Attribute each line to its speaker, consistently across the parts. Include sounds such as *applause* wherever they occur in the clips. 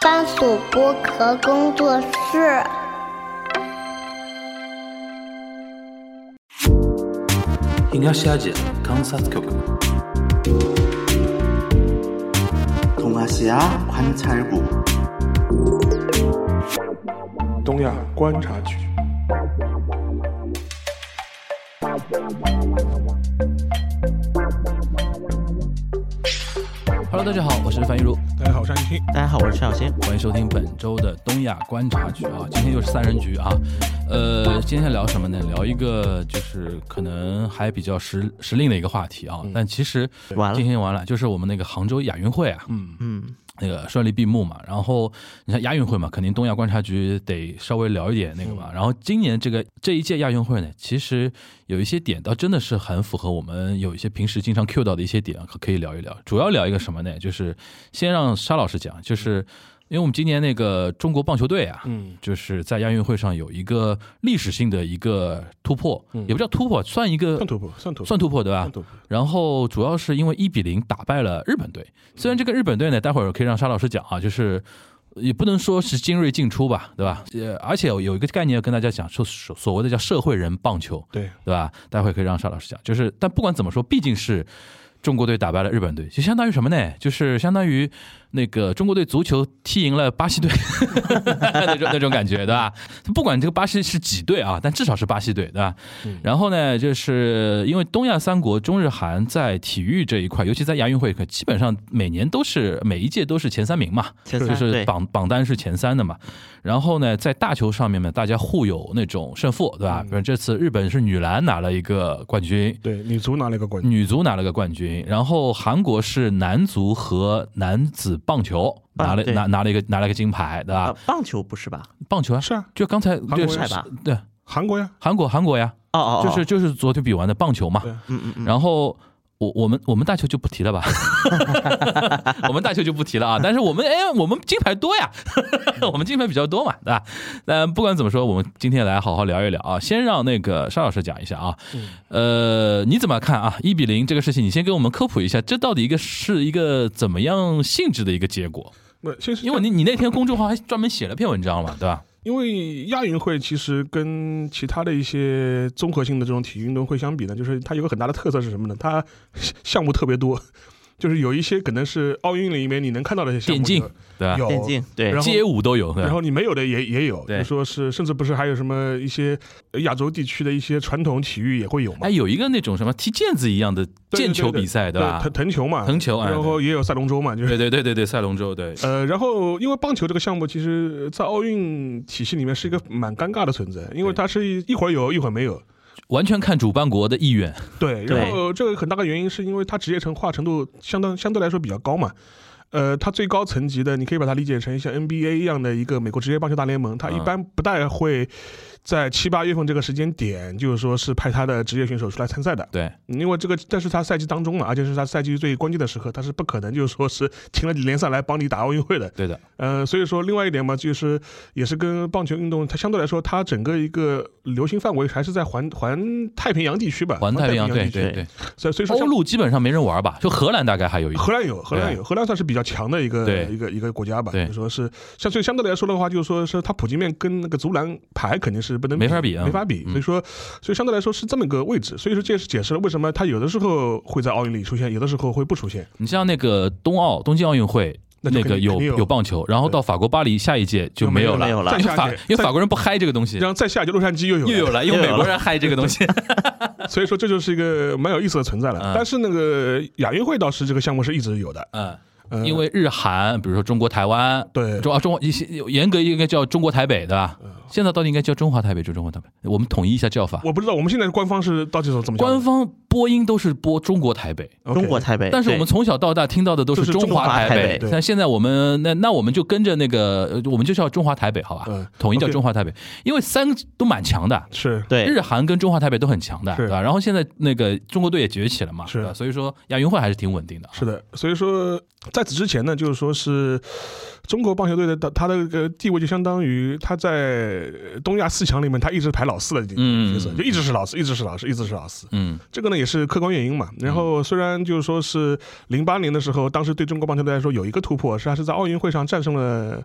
Speaker 1: 番薯剥壳工作室。
Speaker 2: 東アジア観察局
Speaker 3: 동아시아 관찰국
Speaker 4: 东亚
Speaker 5: 嗯
Speaker 4: 观察局。
Speaker 5: Hello，大家好，我是樊玉茹，
Speaker 4: 大家好，我是安青。
Speaker 3: 大家好，我是陈小新。
Speaker 5: 欢迎收听本周的东亚观察局啊，今天又是三人局啊，呃，今天聊什么呢？聊一个就是可能还比较时时令的一个话题啊，但其实
Speaker 3: 嗯完了
Speaker 5: 今天完了，就是我们那个杭州亚运会啊，嗯嗯，那个顺利闭幕嘛，然后你看亚运会嘛，肯定东亚观察局得稍微聊一点那个
Speaker 4: 嗯
Speaker 5: 嘛，然后今年这个这一届亚运会呢，其实有一些点倒真的是很符合我们有一些平时经常 cue 到的一些点啊，可可以聊一聊，主要聊一个什么呢？就是先让沙老师讲，就是。因为我们今年那个中国棒球队啊，
Speaker 4: 嗯，
Speaker 5: 就是在亚运会上有一个历史性的一个突破，也不叫突破，算一个
Speaker 4: 嗯算突破，算突破，
Speaker 5: 算突破对吧
Speaker 4: 算突？破。
Speaker 5: 然后主要是因为一比零打败了日本队，虽然这个日本队呢，待会儿可以让沙老师讲啊，就是。也不能说是精锐进出吧，对吧？呃，而且有有一个概念要跟大家讲，说所所谓的叫社会人棒球，
Speaker 4: 对，
Speaker 5: 对吧？待会可以让邵老师讲，就是但不管怎么说，毕竟是中国队打败了日本队，就相当于什么呢？就是相当于那个中国队足球踢赢了巴西队 *laughs* 那种那种感觉，对吧？不管这个巴西是几队啊，但至少是巴西队，对吧？
Speaker 3: 嗯
Speaker 5: 然后呢，就是因为东亚三国中日韩在体育这一块，尤其在亚运会，可基本上每年都是每一届都是前三名嘛，
Speaker 3: 前
Speaker 5: 就
Speaker 3: 三
Speaker 5: 是
Speaker 3: 对
Speaker 5: 榜榜单是前三的嘛。然后呢，在大球上面呢，大家互有那种胜负，对
Speaker 3: 嗯
Speaker 5: 吧？比如这次日本是女篮拿了一个冠军，
Speaker 4: 对，女足拿了一个冠军。
Speaker 5: 女足拿了个冠军，然后韩国是男足和男子棒球
Speaker 3: 啊
Speaker 5: 拿了、
Speaker 3: 对
Speaker 5: 拿拿了一个拿了一个金牌，对吧？
Speaker 3: 啊，棒球不是吧？
Speaker 5: 棒球啊，
Speaker 4: 是啊，
Speaker 5: 就刚才
Speaker 4: 国
Speaker 5: 对
Speaker 4: 人
Speaker 3: 吧
Speaker 5: 对
Speaker 4: 韩国呀，
Speaker 5: 韩国韩国呀，
Speaker 3: 哦哦，哦
Speaker 5: 就是就是昨天比完的棒球嘛
Speaker 4: 对。
Speaker 3: 嗯嗯嗯，
Speaker 5: 然后我我们我们大球就不提
Speaker 4: *laughs*
Speaker 5: 了吧，我们大球就不提了啊。但是我们哎，我们金牌多呀， *laughs* 我们金牌比较多嘛，对吧？但不管怎么说，我们今天来好好聊一聊啊。先让那个沙老师讲一下啊，
Speaker 4: 嗯
Speaker 5: 呃，你怎么看啊？一比零这个事情，你先给我们科普一下，这到底一个是一个怎么样性质的一个结果？
Speaker 4: 不，先是
Speaker 5: 因为你你那天公众号还专门写了篇文章嘛，对吧？
Speaker 4: 因为亚运会其实跟其他的一些综合性的这种体育运动会相比呢，就是它有个很大的特色是什么呢？它项目特别多，就是有一些可能是奥运里面你能看到的一些项目，
Speaker 5: 电竞对吧？
Speaker 4: 有
Speaker 3: 电竞对
Speaker 4: 然，后
Speaker 5: 街舞都有，对吧
Speaker 4: 然后你没有的也也有，
Speaker 5: 对
Speaker 4: 就说是甚至不是还有什么一些呃亚洲地区的一些传统体育也会有嘛
Speaker 5: 哎，？有一个那种什么踢毽子一样的
Speaker 4: 对
Speaker 5: 毽球比赛，
Speaker 4: 对
Speaker 5: 吧
Speaker 4: 呃藤？藤球嘛，
Speaker 5: 藤球哎
Speaker 4: 然后也有赛龙舟嘛，就是
Speaker 5: 对对对对对，赛龙舟，对，
Speaker 4: 呃，然后因为棒球这个项目，其实，在奥运体系里面是一个蛮尴尬的存在，因为它是一一会儿有，一会儿没有。
Speaker 5: 完全看主办国的意愿。
Speaker 4: 对，然后这个很大的原因是因为它职业成化程度相当相对来说比较高嘛。呃，它最高层级的，你可以把它理解成像 NBA 一样的一个美国职业棒球大联盟，它一
Speaker 5: 嗯
Speaker 4: 般不太会在七八月份这个时间点，就是说是派他的职业选手出来参赛的。
Speaker 5: 对，
Speaker 4: 因为这个，但是他赛季当中嘛，而且是他赛季最关键的时刻，他是不可能就是说是停了联赛来帮你打奥运会的。
Speaker 5: 对的，
Speaker 4: 呃，所以说另外一点嘛，就是也是跟棒球运动，它相对来说，它整个一个流行范围还是在环环太平洋地区吧，
Speaker 5: 环太平洋，对
Speaker 4: 地区
Speaker 5: 对对，
Speaker 4: 所以所以说
Speaker 5: 欧
Speaker 4: 像
Speaker 5: 陆基本上没人玩吧？就荷兰大概还有一个，
Speaker 4: 荷兰有，荷兰有，荷兰算是比较强的一个
Speaker 5: 对
Speaker 4: 一个一个国家吧。
Speaker 5: 对
Speaker 4: 就说是相所以相对来说的话，就是说是它普及面跟那个足篮排肯定是不能
Speaker 5: 没法比啊
Speaker 4: 没法比。
Speaker 5: 嗯
Speaker 4: 所以说，所以相对来说是这么个位置。所以说这也是解释了为什么它有的时候会在奥运里出现，有的时候会不出现。
Speaker 5: 你像那个冬奥、东京奥运会。
Speaker 4: 那就
Speaker 5: 那
Speaker 4: 肯定
Speaker 5: 个有
Speaker 4: 肯定有
Speaker 5: 有棒球，然后到法国巴黎下一届就没有
Speaker 3: 没
Speaker 5: 了，
Speaker 3: 有了
Speaker 4: 再
Speaker 5: 因为
Speaker 4: 下
Speaker 5: 法
Speaker 4: 一届
Speaker 5: 因为
Speaker 4: 再
Speaker 5: 法国人不嗨这个东西，
Speaker 4: 然后再下一届洛杉矶又有
Speaker 5: 又有了，因为
Speaker 3: 又有
Speaker 5: 美国
Speaker 3: 了
Speaker 5: 人嗨这个东西， *laughs*
Speaker 4: 所以说这就是一个蛮有意思的存在了。
Speaker 5: 嗯
Speaker 4: 但是那个亚运会倒是这个项目是一直有的，
Speaker 5: 嗯，
Speaker 4: 呃、
Speaker 5: 因为日韩，比如说中国台湾，
Speaker 4: 对
Speaker 5: 中啊中国一些严格应该叫中国台北，对吧？现在到底应该叫中华台北，就中华台北，我们统一一下叫法。
Speaker 4: 我不知道我们现在官方是到底怎么
Speaker 5: 官
Speaker 4: 方
Speaker 5: 方播音都是播中国台北，
Speaker 3: 中国台北，
Speaker 5: 但是我
Speaker 3: 对
Speaker 5: 们从小到大听到的都
Speaker 4: 哎就是是中
Speaker 5: 华
Speaker 3: 华台
Speaker 5: 北
Speaker 3: 北
Speaker 4: 对。
Speaker 5: 但现在我们那那我们就跟着那个，呃我们就叫中华台北，好吧
Speaker 4: 嗯？
Speaker 5: 统一叫
Speaker 4: OK
Speaker 5: 中华台北，因为三个都蛮强的。
Speaker 4: 是
Speaker 3: 对
Speaker 5: 日韩跟中华台北都很强的，
Speaker 4: 是
Speaker 5: 对吧？然后现在那个中国队也崛起了嘛，
Speaker 4: 是
Speaker 5: 对吧所以说亚运会还是挺稳定的啊。
Speaker 4: 是的，所以说在此之前呢，就是说是中国棒球队的它它的这个地位就相当于它在呃东亚四强里面，他一直排老四的
Speaker 5: 嗯
Speaker 4: 角色，就一直是老四，一直是老四，一直是老四。
Speaker 5: 嗯
Speaker 4: 这个呢也是客观原因嘛。然后虽然就是说是零八年的时候，当时对中国棒球队来说有一个突破，是它是在奥运会上战胜了。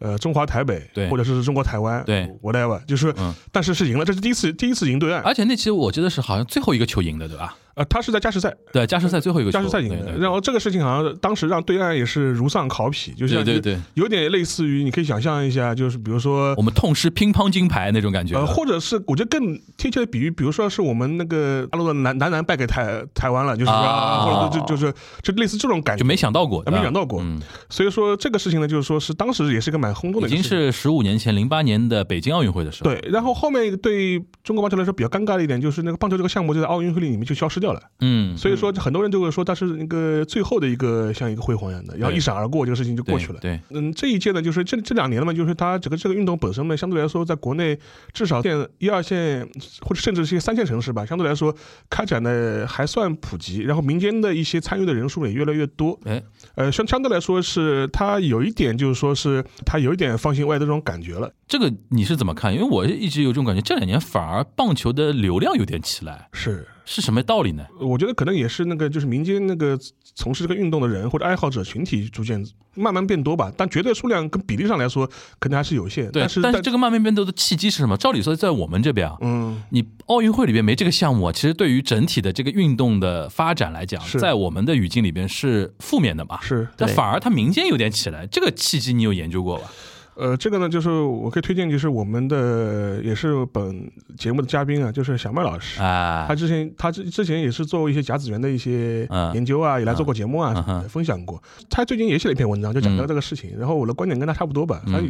Speaker 4: 呃，中华台北，
Speaker 5: 对
Speaker 4: 或者是中国台湾，
Speaker 5: 对
Speaker 4: ，whatever，就是，
Speaker 5: 嗯
Speaker 4: 但是是赢了，这是第一次第一次赢对岸，啊、
Speaker 5: 而且那期我记得是好像最后一个球赢的，对吧？
Speaker 4: 他是在加时赛，
Speaker 5: 对，加时赛最后一个球
Speaker 4: 加时赛赢
Speaker 5: 对
Speaker 4: 的。
Speaker 5: 对
Speaker 4: 然后这个事情好像当时让对岸也是如丧考妣，就像
Speaker 5: 对对对，
Speaker 4: 有点类似于你可以想象一下，就是比如说
Speaker 5: 我们痛失乒乓金牌那种感觉
Speaker 4: 呃，。或者是我觉得更贴切的比喻，比如说是我们那个大陆的男男篮败给台台湾了，就是说
Speaker 5: 啊
Speaker 4: 或者就就是就类似这种感觉，
Speaker 5: 就没想到过，
Speaker 4: 啊没想到过
Speaker 5: 嗯，
Speaker 4: 所以说这个事情呢，就是说是当时也是一个蛮轰动的
Speaker 5: 已
Speaker 4: 一个
Speaker 5: 经
Speaker 4: 事情。
Speaker 5: 是十五年前，零八年的北京奥运会的时候。
Speaker 4: 对，然后后面对中国棒球来说比较尴尬的一点就是那个棒球这个项目就在奥运会里面就消失掉了，
Speaker 5: 嗯，
Speaker 4: 所以说很多人就会说它是那个最后的一个像一个辉煌一样的，然后一闪而过，这个事情就过去了。
Speaker 5: 对，对
Speaker 4: 嗯，这一届呢，就是这这两年了嘛，就是它整个这个运动本身呢，相对来说，在国内至少线一二线或者甚至是一些三线城市吧，相对来说开展的还算普及，然后民间的一些参与的人数也越来越多。
Speaker 5: 哎，
Speaker 4: 呃，相相对来说是它有一点就是说是它有一点放心外的这种感觉了。
Speaker 5: 这个你是怎么看？因为我一直有这种感觉，这两年反而棒球的流量有点起来，
Speaker 4: 是，
Speaker 5: 是什么道理呢？
Speaker 4: 我觉得可能也是那个就是民间那个从事这个运动的人或者爱好者群体逐渐慢慢变多吧，但绝对数量跟比例上来说，可能还是有限。
Speaker 5: 对，
Speaker 4: 但是
Speaker 5: 但是这个慢慢变多的契机是什么？照理说，在我们这边啊，
Speaker 4: 嗯，
Speaker 5: 你奥运会里边没这个项目啊，其实对于整体的这个运动的发展来讲，
Speaker 4: 是
Speaker 5: 在我们的语境里边是负面的嘛？
Speaker 4: 是。
Speaker 5: 但
Speaker 6: 对
Speaker 5: 反而它民间有点起来，这个契机你有研究过吧？
Speaker 4: 呃，这个呢，就是我可以推荐，就是我们的也是本节目的嘉宾啊，就是小麦老师。
Speaker 5: 啊
Speaker 4: 他，之前，他之之前也是做一些甲子园的一些
Speaker 5: 嗯
Speaker 4: 研究啊，也来做过节目啊，
Speaker 5: 嗯哼
Speaker 4: 也分享过。他最近也写了一篇文章，就讲到
Speaker 5: 嗯
Speaker 4: 这个事情。然后我的观点跟他差不多吧。
Speaker 5: 嗯
Speaker 4: 他有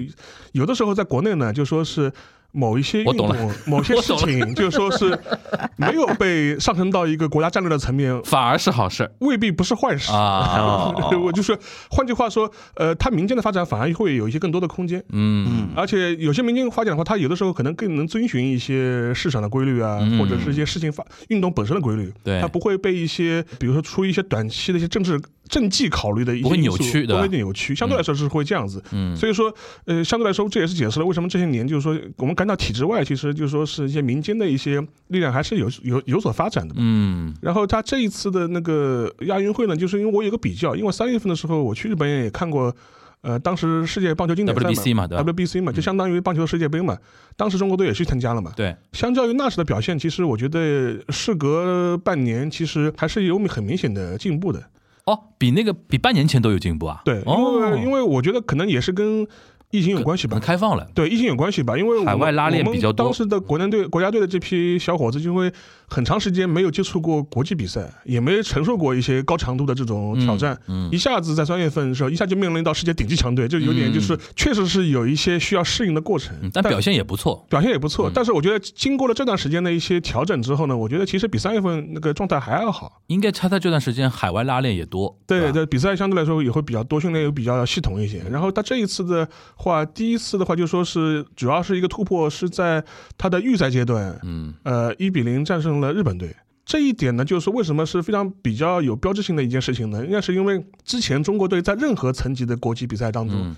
Speaker 4: 有的时候在国内呢，就说是某一些运
Speaker 5: 我懂
Speaker 4: 动
Speaker 5: 了、 *laughs*
Speaker 4: 某些
Speaker 5: 我
Speaker 4: 事
Speaker 5: 懂了
Speaker 4: 情，就说是没有被上升到一个国家战略的层面，
Speaker 5: 反而是好事
Speaker 4: 未必不是坏事。
Speaker 5: 啊。
Speaker 6: 哦
Speaker 4: *laughs* 我就是，换句话说，呃，它民间的发展反而会有一些更多的空间。
Speaker 5: 嗯，
Speaker 4: 而且有些民间发展的话，它有的时候可能更能遵循一些市场的规律啊，
Speaker 5: 嗯
Speaker 4: 或者是一些事情发运动本身的规律，
Speaker 5: 对
Speaker 4: 它不会被一些比如说出于一些短期的一些政治政绩考虑的一些
Speaker 5: 不会
Speaker 4: 因素
Speaker 5: 扭曲对
Speaker 4: 不
Speaker 5: 吧
Speaker 4: 会扭曲，相对来说是会这样子。
Speaker 5: 嗯
Speaker 4: 所以说，呃，相对来说，这也是解释了为什么这些年，就是说，我们感到体制外，其实就是说是一些民间的一些力量还是有有有所发展的嘛。
Speaker 5: 嗯
Speaker 4: 然后他这一次的那个亚运会呢，就是因为我有个比较，因为三月份的时候我去日本也看过，呃，当时世界棒球经典赛
Speaker 5: WBC 嘛对吧嗯
Speaker 4: w b c 嘛，就相当于棒球世界杯嘛。当时中国队也去参加了嘛。
Speaker 5: 对，
Speaker 4: 相较于那时的表现，其实我觉得事隔半年，其实还是有很明显的进步的。
Speaker 5: 哦，比那个比半年前都有进步啊。
Speaker 4: 对，因为、
Speaker 5: 哦，
Speaker 4: 因为我觉得可能也是跟疫情有关系吧
Speaker 5: 很。开放了。
Speaker 4: 对，疫情有关系吧，因为我们
Speaker 5: 海外拉练比较多
Speaker 4: 我们当时的国家队、国家队的这批小伙子，因为很长时间没有接触过国际比赛，也没承受过一些高强度的这种挑战，
Speaker 5: 嗯
Speaker 4: 一下子在三月份的时候，一下就面临到世界顶级强队，就有点就是、确实是有一些需要适应的过程，
Speaker 5: 嗯，但表现嗯也不错。
Speaker 4: 表现也不错。但是我觉得经过了这段时间的一些调整之后呢，我觉得其实比三月份那个状态还要好。
Speaker 5: 应该他在这段时间海外拉练也多。
Speaker 4: 对
Speaker 5: 是吧，嗯
Speaker 4: 对，比赛相对来说也会比较多，训练也比较系统一些。然后他这一次的话，第一次的话就说是主要是一个突破，是在他的预赛阶段，
Speaker 5: 嗯
Speaker 4: 呃，一比零战胜了日本队。这一点呢，就是为什么是非常比较有标志性的一件事情呢？应该是因为之前中国队在任何层级的国际比赛当中，
Speaker 5: 嗯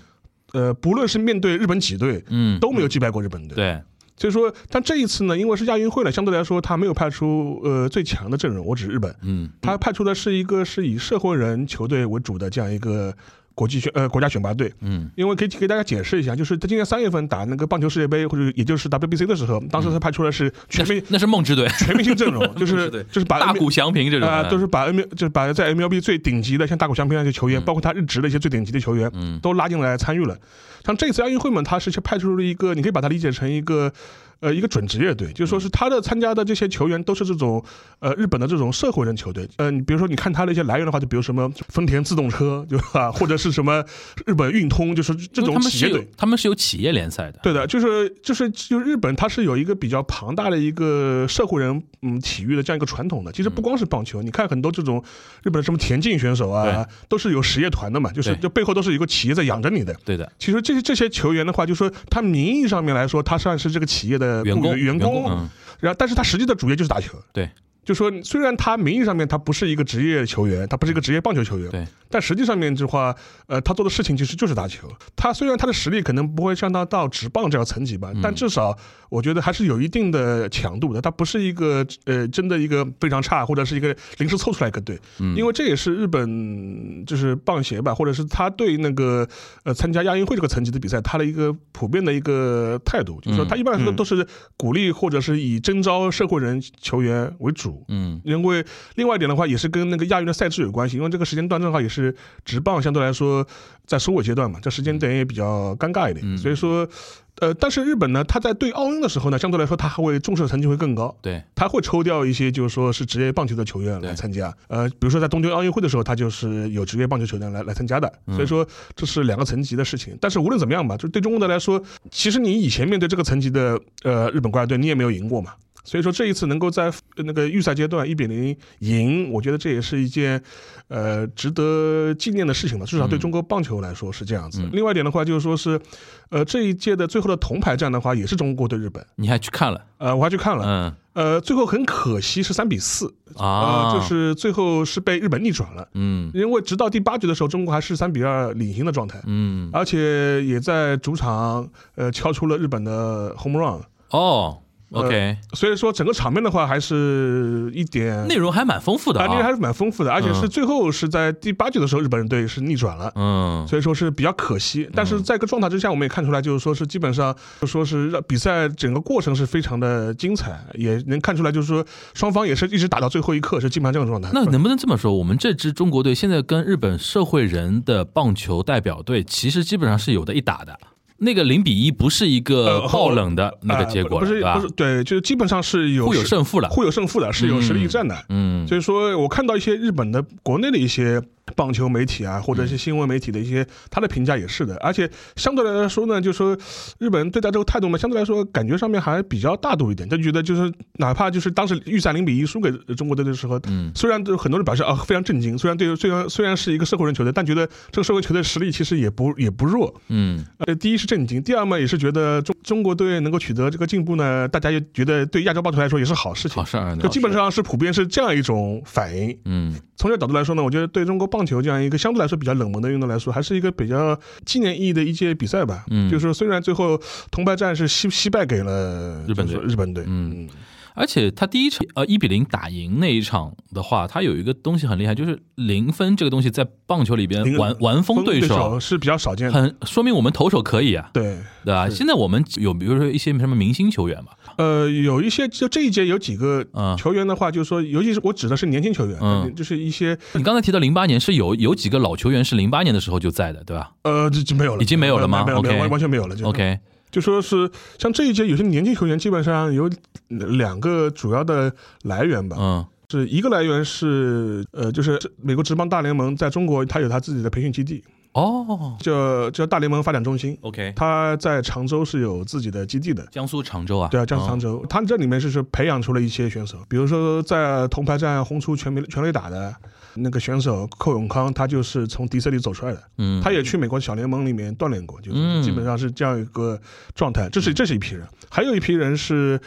Speaker 4: 呃，不论是面对日本几队，
Speaker 5: 嗯，
Speaker 4: 都没有击败过日本队。
Speaker 5: 对，
Speaker 4: 所以说，但这一次呢，因为是亚运会了，相对来说他没有派出呃最强的阵容，我指日本，
Speaker 5: 嗯
Speaker 4: 他派出的是一个是以社会人球队为主的这样一个国际选呃国家选拔队。
Speaker 5: 嗯
Speaker 4: 因为可以给大家解释一下，就是他今年三月份打那个棒球世界杯，或者也就是 WBC 的时候，当时他派出的是
Speaker 5: *laughs*
Speaker 4: 全
Speaker 5: 那
Speaker 4: 面
Speaker 5: 是那是梦之队，
Speaker 4: 全明星阵容，就
Speaker 5: 对
Speaker 4: 是
Speaker 5: *laughs* 对对
Speaker 4: 就是把
Speaker 5: 大
Speaker 4: NBA
Speaker 5: 谷翔平这种
Speaker 4: 啊、
Speaker 5: 的
Speaker 4: 都是把 N 就是把在 MLB 最顶级的像大谷翔平那些球员，包括他日职的一些最顶级的球员，
Speaker 5: 嗯
Speaker 4: 都拉进来参与了。像这次亚运会嘛，他是去派出了一个，你可以把它理解成一个。呃，一个准职业队，就
Speaker 5: 嗯
Speaker 4: 是说是他的参加的这些球员都是这种，呃，日本的这种社会人球队。呃，你比如说你看他的一些来源的话，就比如什么丰田自动车，对吧？或者是什么日本运通，就是这
Speaker 5: 因为
Speaker 4: 种
Speaker 5: 他们
Speaker 4: 企
Speaker 5: 是
Speaker 4: 业
Speaker 5: 有
Speaker 4: 队。
Speaker 5: 他们是有企业联赛的。
Speaker 4: 对的，就是就是就是日本，它是有一个比较庞大的一个社会人嗯体育的这样一个传统的。其实
Speaker 5: 嗯
Speaker 4: 不光是棒球，你看很多这种日本的什么田径选手啊
Speaker 5: 对，
Speaker 4: 都是有实业团的嘛，就是
Speaker 5: 对
Speaker 4: 就背后都是一个企业在养着你的。
Speaker 5: 对的，
Speaker 4: 其实这些这些球员的话，就说他名义上面来说，他算是这个企业的
Speaker 5: 员
Speaker 4: 雇
Speaker 5: 工
Speaker 4: 呃员
Speaker 5: 工
Speaker 4: 工，
Speaker 5: 嗯
Speaker 4: 然后但是他实际的主业就是打球。
Speaker 5: 对。
Speaker 4: 就说虽然他名义上面他不是一个职业球员，他不是一个职业棒球球员，
Speaker 5: 对，
Speaker 4: 但实际上面的话，呃，他做的事情其实就是打球。他虽然他的实力可能不会像他到职棒这样层级吧，但至少我觉得还是有一定的强度的。他不是一个呃真的一个非常差，或者是一个临时凑出来一个队，因为这也是日本就是棒协吧，或者是他对那个呃参加亚运会这个层级的比赛，他的一个普遍的一个态度，就是说他一般来说都是鼓励或者是以征召社会人球员为主，
Speaker 5: 嗯
Speaker 4: 因为另外一点的话，也是跟那个亚运的赛制有关系，因为这个时间段正好也是职棒相对来说在收尾阶段嘛，这时间点也比较尴尬一点，所以说，呃，但是日本呢，他在对奥运的时候呢，相对来说他还会重视的成绩会更高，
Speaker 5: 对，
Speaker 4: 他会抽调一些就是说是职业棒球的球员来
Speaker 5: 对
Speaker 4: 参加，呃，比如说在东京奥运会的时候，他就是有职业棒球球员来来参加的，所以说这是两个层级的事情。但是无论怎么样吧，就是对中国队来说，其实你以前面对这个层级的呃日本国家队，你也没有赢过嘛。所以说这一次能够在呃那个预赛阶段一比零赢，我觉得这也是一件，呃，值得纪念的事情吧。至少对中国棒球来说是这样子。另外一点的话，就是说是，呃，这一届的最后的铜牌战的话，也是中国对日本。
Speaker 5: 你还去看了，
Speaker 4: 呃，我还去看了，
Speaker 5: 嗯
Speaker 4: 呃，最后很可惜是三比四啊、
Speaker 5: 啊，
Speaker 4: 就是最后是被日本逆转了，
Speaker 5: 嗯
Speaker 4: 因为直到第八局的时候，中国还是三比二领先的状态，
Speaker 5: 嗯
Speaker 4: 而且也在主场呃敲出了日本的 home run，
Speaker 5: 哦，OK，
Speaker 4: 所以说整个场面的话还是一点
Speaker 5: 内。容还蛮丰富的
Speaker 4: 啊，
Speaker 5: 啊
Speaker 4: 那个还是蛮丰富的，而且是最后是在第八局的时候，日本人队是逆转了，
Speaker 5: 嗯
Speaker 4: 所以说是比较可惜。但是在一个状态之下，我们也看出来，就是说是基本上就说是让比赛整个过程是非常的精彩，也能看出来，就是说双方也是一直打到最后一刻，是基本上这种 *laughs* 状态。
Speaker 5: 那能不能这么说，我们这支中国队现在跟日本社会人的棒球代表队，其实基本上是有的一打的。那个零比一不是一个
Speaker 4: 呃
Speaker 5: 爆冷的那个
Speaker 4: 啊
Speaker 5: 结果
Speaker 4: 不
Speaker 5: 了，
Speaker 4: 是
Speaker 5: 对吧
Speaker 4: 不是？对，就是基本上是有
Speaker 5: 互有
Speaker 4: 实
Speaker 5: 胜负了。
Speaker 4: 互有胜负的，是有实力战的。
Speaker 5: 嗯
Speaker 4: 所以说我看到一些日本的国内的一些棒球媒体啊，或者一些新闻媒体的一些他的评价也是的，而且相对来说呢，就说日本人对待这个态度嘛，相对来说感觉上面还比较大度一点，就觉得就是哪怕就是当时预赛零比一输给中国队的时候，
Speaker 5: 嗯
Speaker 4: 虽然很多人表示啊非常震惊，虽然对虽然虽然是一个社会人球队，但觉得这个社会球队实力其实也不也不弱，
Speaker 5: 嗯
Speaker 4: 呃，第一是震惊，第二嘛也是觉得中中国队能够取得这个进步呢，大家也觉得对亚洲棒球来说也是好事情
Speaker 5: 好。事儿呢，
Speaker 4: 就基本上是普遍是这样一种反应。
Speaker 5: 嗯
Speaker 4: 从这个角度来说呢，我觉得对中国棒球这样一个相对来说比较冷门的运动来说，还是一个比较纪念意义的一届比赛吧。
Speaker 5: 嗯
Speaker 4: 就是说虽然最后铜牌战是惜惜败给了
Speaker 5: 日本
Speaker 4: 就是
Speaker 5: 队
Speaker 4: 说日本队，
Speaker 5: 嗯，而且他第一场呃一比零打赢那一场的话，他有一个东西很厉害，就是零分这个东西在棒球里边
Speaker 4: 零
Speaker 5: 玩玩
Speaker 4: 风
Speaker 5: 疯对手，嗯
Speaker 4: 是比较少见的。
Speaker 5: 很说明我们投手可以啊，
Speaker 4: 对，
Speaker 5: 对吧？现在我们有比如说一些什么明星球员嘛，
Speaker 4: 呃，有一些就这一届有几个
Speaker 5: 嗯
Speaker 4: 球员的话，就是说，尤其是我指的是年轻球员，
Speaker 5: 嗯
Speaker 4: 就是一些
Speaker 5: 你刚才提到零八年是有有几个老球员是零八年的时候就在的，对吧
Speaker 4: 呃，这就没有了，
Speaker 5: 已经没有了吗
Speaker 4: 没有，没有
Speaker 5: OK
Speaker 4: 完完全没有了。就
Speaker 5: ？OK，
Speaker 4: 就说是像这一届有些年轻球员，基本上有两个主要的来源吧，
Speaker 5: 嗯
Speaker 4: 是一个来源是呃，就是美国职棒大联盟在中国它有它自己的培训基地，
Speaker 5: 哦
Speaker 4: 叫叫大联盟发展中心，
Speaker 5: ，OK，
Speaker 4: 它在常州是有自己的基地的。
Speaker 5: 江苏常州啊，
Speaker 4: 对啊，江苏常
Speaker 5: 州，
Speaker 4: 州，它这里面是是培养出了一些选手，比如说在铜牌战轰出全垒全垒打的那个选手寇永康，他就是从迪士尼走出来的。
Speaker 5: 嗯，
Speaker 4: 他也去美国小联盟里面锻炼过，就
Speaker 5: 嗯
Speaker 4: 是基本上是这样一个状态。这是这是一批人，还有一批人是，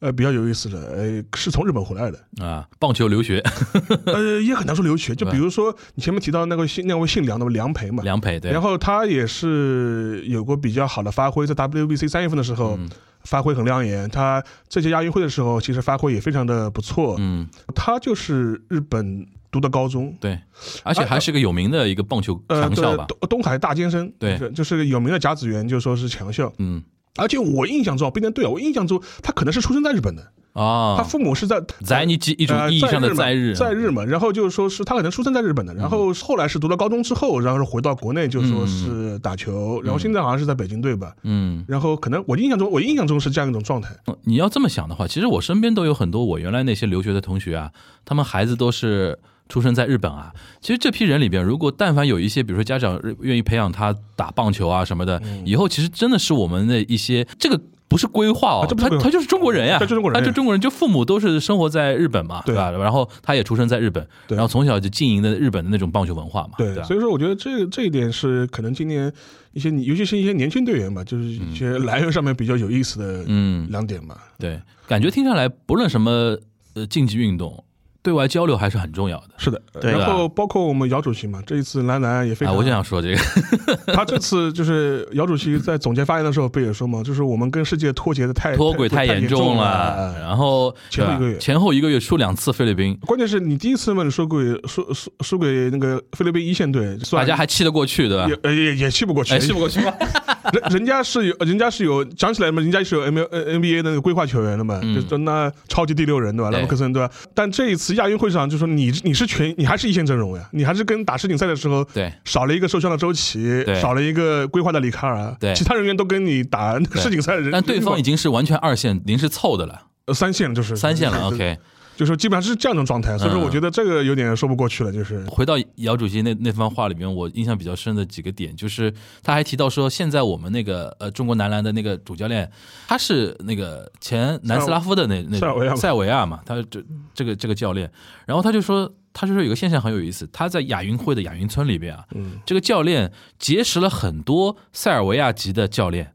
Speaker 4: 呃，比较有意思的，呃，是从日本回
Speaker 5: *laughs*
Speaker 4: 来的，
Speaker 5: 啊，棒球留学 *laughs*
Speaker 4: 呃，也很难说留学。就
Speaker 5: 对
Speaker 4: 比如说你前面提到那个姓那位姓梁的梁培嘛，
Speaker 5: 梁培对
Speaker 4: 然，后他也是有过比较好的发挥，在 WBC 三月份的时候。
Speaker 5: 嗯
Speaker 4: 发挥很亮眼，他这届亚运会的时候，其实发挥也非常的不错。
Speaker 5: 嗯，
Speaker 4: 他就是日本读的高中，
Speaker 5: 对，而且还是个有名的一个棒球
Speaker 4: 呃，
Speaker 5: 强校
Speaker 4: 对
Speaker 5: 吧，
Speaker 4: 东东海大尖生，
Speaker 5: 对
Speaker 4: 就是就是有名的甲子园，就说是强校。
Speaker 5: 嗯
Speaker 4: 而且我印象中，不一定对啊，我印象中他可能是出生在日本的，
Speaker 5: 啊，
Speaker 4: 他父母是在
Speaker 5: 在你记一种
Speaker 4: 呃
Speaker 5: 意义上的
Speaker 4: 在
Speaker 5: 在日，啊嗯
Speaker 4: 在日嘛，然后就是说是他可能出生在日本的，然后后来是读了高中之后，然后是回到国内，就说是打球，然后现在好像是在北京队吧，
Speaker 5: 嗯，
Speaker 4: 然后可能我印象中，我印象中是这样一种状态，
Speaker 5: 你要这么想的话，其实我身边都有很多我原来那些留学的同学啊，他们孩子都是出生在日本啊。其实这批人里边，如果但凡有一些，比如说家长愿意培养他打棒球啊什么的，
Speaker 4: 嗯
Speaker 5: 以后其实真的是我们的一些这个。不是规划哦，
Speaker 4: 啊这不是
Speaker 5: 他
Speaker 4: 规划
Speaker 5: 他就是中国人呀，
Speaker 4: 他就是中国人
Speaker 5: 他就中国人，就父母都是生活在日本嘛，
Speaker 4: 对
Speaker 5: 吧？然后他也出生在日本，
Speaker 4: 对
Speaker 5: 然后从小就经营的日本的那种棒球文化嘛，
Speaker 4: 对，
Speaker 5: 吧
Speaker 4: 所？以说我觉得这这一点是可能今年一些，尤其是一些年轻队员吧，就是一些来源上面比较有意思的
Speaker 5: 嗯，
Speaker 4: 两点吧。
Speaker 5: 对，感觉听下来，不论什么呃竞技运动，对外交流还是很重要的。
Speaker 4: 是的，
Speaker 3: 对
Speaker 4: 呃然
Speaker 5: 的
Speaker 4: 后包括我们姚主席嘛，这一次来南也非
Speaker 5: 啊，
Speaker 4: 常，
Speaker 5: 我就想说这个，
Speaker 4: 他这次就是姚主席在总结发言的时候不也说嘛，就是我们跟世界脱节的太
Speaker 5: 脱轨
Speaker 4: 哎太
Speaker 5: 太严
Speaker 4: 重
Speaker 5: 重了，
Speaker 4: 哎
Speaker 5: 然后
Speaker 4: 前后
Speaker 5: 对
Speaker 4: 一个
Speaker 5: 吧啊
Speaker 4: 月
Speaker 5: 前后一个月出两次菲律宾，
Speaker 4: 关键是你第一次嘛，你输给输输输给那个菲律宾一线队，
Speaker 5: 大
Speaker 4: 算
Speaker 5: 家还气得过去，对吧
Speaker 4: 啊也？呃也也气不过去，
Speaker 5: 哎，气不过去吗？
Speaker 4: 人人家是有，人家是有，讲起来嘛，人家是有 M N B A 的那个规划球员的嘛，
Speaker 5: 嗯
Speaker 4: 就就那超级第六人对吧？
Speaker 5: 对
Speaker 4: 莱文克森对吧？但这一次亚运会上，就说你你是全，你还是一线阵容呀，你还是跟打世锦赛的时候
Speaker 5: 对
Speaker 4: 少了一个受伤的周琦
Speaker 5: 对，
Speaker 4: 少了一个规划的里卡尔，
Speaker 5: 对
Speaker 4: 其他人员都跟你打那个
Speaker 5: 对
Speaker 4: 世锦赛的人，
Speaker 5: 但对方已经是完全二线临时凑的
Speaker 4: *laughs*
Speaker 5: 了，
Speaker 4: 呃三线了，就是
Speaker 5: 三线了。
Speaker 4: 就是
Speaker 5: OK，
Speaker 4: 就说基本上是这样一种状态，所以说
Speaker 5: 嗯哦
Speaker 4: 我觉得这个有点说不过去了，就是
Speaker 5: 回到姚主席那那番话里面，我印象比较深的几个点，就是他还提到说，现在我们那个呃中国男篮的那个主教练，他是那个前南斯拉夫的那那
Speaker 4: *laughs* 塞尔维亚嘛
Speaker 5: 塞维亚嘛，他这这个这个教练，然后他就说，他就说有个现象很有意思，他在亚运会的亚运村里边啊，
Speaker 4: 嗯
Speaker 5: 这个教练结识了很多塞尔维亚籍的教练，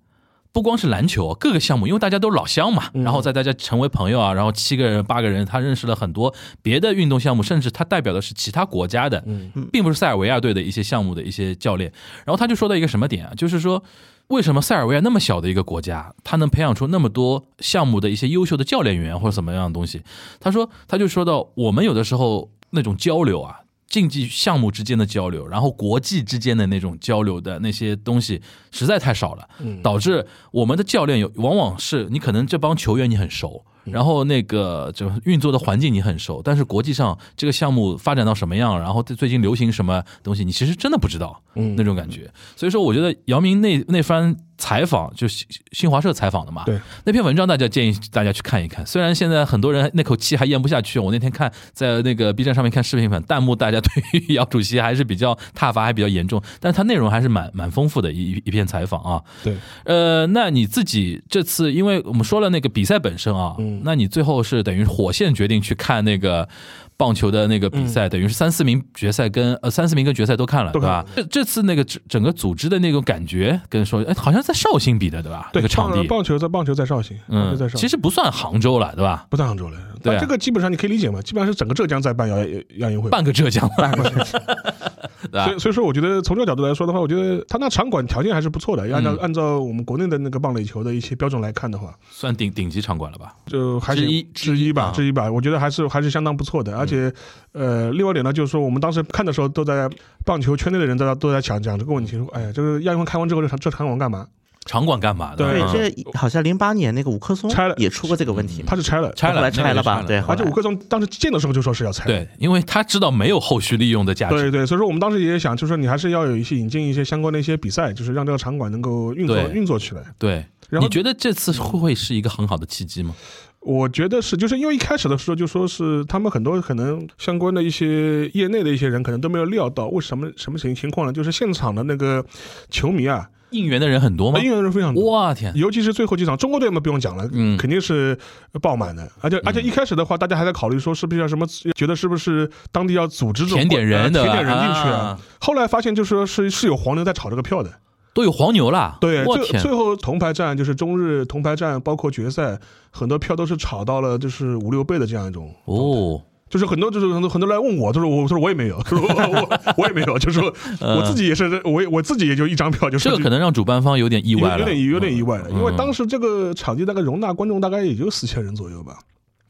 Speaker 5: 不光是篮球，各个项目，因为大家都是老乡嘛，然后再大家成为朋友啊，然后七个人八个人，他认识了很多别的运动项目，甚至他代表的是其他国家的，并不是塞尔维亚队的一些项目的一些教练。然后他就说到一个什么点啊，就是说。为什么塞尔维亚那么小的一个国家，他能培养出那么多项目的一些优秀的教练员或者什么样的东西？他说，他就说到我们有的时候那种交流啊，竞技项目之间的交流，然后国际之间的那种交流的那些东西实在太少了，导致我们的教练有往往是你可能这帮球员你很熟。然后那个就运作的环境你很熟，但是国际上这个项目发展到什么样，然后最近流行什么东西，你其实真的不知道，
Speaker 4: 嗯
Speaker 5: 那种感觉。所以说，我觉得姚明那那番采访，就新新华社采访的嘛，
Speaker 4: 对，
Speaker 5: 那篇文章大家建议大家去看一看。虽然现在很多人那口气还咽不下去，我那天看在那个 B 站上面看视频版弹幕，大家对于姚主席还是比较挞伐，还比较严重，但是他内容还是蛮蛮丰富的一一一篇采访啊。
Speaker 4: 对，
Speaker 5: 呃，那你自己这次，因为我们说了那个比赛本身啊，
Speaker 4: 嗯
Speaker 5: 那你最后是等于火线决定去看那个棒球的那个比赛，等于是三四名决赛跟呃三四名跟决赛都看了，
Speaker 4: 嗯都
Speaker 5: 对
Speaker 4: 看
Speaker 5: 吧？这这次那个整整个组织的那种感觉，跟说，哎，好像在绍兴比的，对吧？
Speaker 4: 对
Speaker 5: 那个场
Speaker 4: 棒
Speaker 5: 地，
Speaker 4: 棒球在棒球在绍兴，棒球
Speaker 5: 嗯
Speaker 4: 在，绍兴
Speaker 5: 其。实不算杭州了，对吧？
Speaker 4: 不在杭州了，
Speaker 5: 对啊
Speaker 4: 但这个基本上你可以理解嘛，基本上是整个浙江在办亚亚运会，
Speaker 5: 半个浙江了， *laughs* 对吧
Speaker 4: 所以所以说，我觉得从这个角度来说的话，我觉得他那场馆条件还是不错的。
Speaker 5: 嗯
Speaker 4: 按照、按照我们国内的那个棒垒球的一些标准来看的话，
Speaker 5: 算顶顶级场馆了吧？
Speaker 4: 就还是
Speaker 5: 之一
Speaker 4: 之一吧，
Speaker 5: 之一
Speaker 4: 之一吧。我觉得还是还是相当不
Speaker 5: 嗯
Speaker 4: 错的。而且，呃，另外一点呢，就是说我们当时看的时候，都在棒球圈内的人都在都在讲讲这个问题，说哎呀，这个亚运会开完之后，这场这场馆干嘛？
Speaker 5: 场馆干嘛的？
Speaker 4: 对
Speaker 5: 嗯
Speaker 4: 这
Speaker 3: 这好像零八年那个五棵松
Speaker 4: 拆了
Speaker 3: 也出过这个问题嘛，
Speaker 4: 他是拆了。
Speaker 5: 拆
Speaker 3: 后
Speaker 5: 了，
Speaker 3: 来拆了吧？
Speaker 5: 那个也拆
Speaker 3: 对，
Speaker 5: 了
Speaker 3: 后
Speaker 4: 而且
Speaker 3: 来
Speaker 4: 五棵松当时建的时候就说是要拆，
Speaker 5: 对，因为他知道没有后续利用的价值
Speaker 4: 对，对，所以说我们当时也想，就是说你还是要有一些引进一些相关的一些比赛，就是让这个场馆能够运作
Speaker 5: 对
Speaker 4: 运作起来。
Speaker 5: 对，
Speaker 4: 然后嗯
Speaker 5: 你觉得这次会会是一个很好的契机吗？
Speaker 4: 我觉得是，就是因为一开始的时候就说是他们很多可能相关的一些业内的一些人可能都没有料到，为什么什么情情况呢？就是现场的那个球迷啊，
Speaker 5: 应援的人很多吗
Speaker 4: 应？援人非常多。
Speaker 5: 哇天，
Speaker 4: 尤其是最后几场，中国队嘛不用讲了，
Speaker 5: 嗯
Speaker 4: 肯定是爆满的。而且而且一开始的话，大家还在考虑说是不是要什么，觉得是不是当地要组织这种
Speaker 5: 甜点人
Speaker 4: 呃
Speaker 5: 对
Speaker 4: 甜
Speaker 5: 吧
Speaker 4: 点人进去
Speaker 5: 啊
Speaker 4: 啊。后来发现就说是是有黄牛在炒这个票的，
Speaker 5: 都有黄牛啦！
Speaker 4: 对，
Speaker 5: 我
Speaker 4: 最
Speaker 5: 天
Speaker 4: 最，后铜牌战就是中日铜牌战，包括决赛，很多票都是炒到了就是五六倍的这样一种
Speaker 5: 哦，
Speaker 4: 就是很多就是很多很多人来问我，就是我我说我也没有，就是我我我也没有，就是说我自己也是，我也我自己也就一张票，就
Speaker 5: 嗯
Speaker 4: 是
Speaker 5: 这个可能让主办方有点意
Speaker 4: 有
Speaker 5: 外了，
Speaker 4: 有点有点意外了，
Speaker 5: 嗯
Speaker 4: 因为当时这个场地大概容纳观众大概也就四千人左右吧，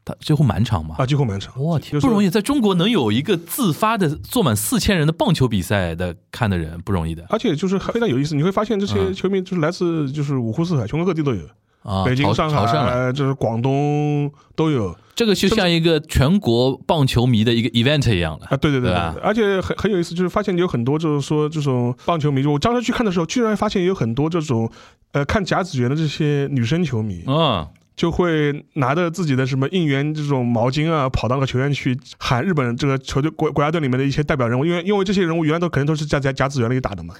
Speaker 5: 他最后满场嘛
Speaker 4: 啊，。几乎满场，
Speaker 5: 我天，
Speaker 4: 就是
Speaker 5: 不容易，在中国能有一个自发的坐满四千人的棒球比赛的看的人不容易的
Speaker 4: 而且就是非常有意思，你会发现这些
Speaker 5: 嗯
Speaker 4: 球迷就是来自就是五湖四海，全国各地都有，
Speaker 5: 啊！
Speaker 4: 北京、
Speaker 5: 朝
Speaker 4: 上
Speaker 5: 朝圣了，
Speaker 4: 海，就是广东都有
Speaker 5: 这个就像一个全国棒球迷的一个 event 一样的
Speaker 4: 啊，对对对
Speaker 5: 对吧
Speaker 4: 对，而且很很有意思，就是发现有很多就是说这种棒球迷，就我当时去看的时候，居然发现有很多这种呃看甲子园的这些女生球迷，
Speaker 5: 嗯，
Speaker 4: 就会拿着自己的什么应援这种毛巾啊，跑到那个球员去喊日本这个球队国国家队里面的一些代表人物，因为因为这些人物原来都可能都是在在甲子园里打的嘛，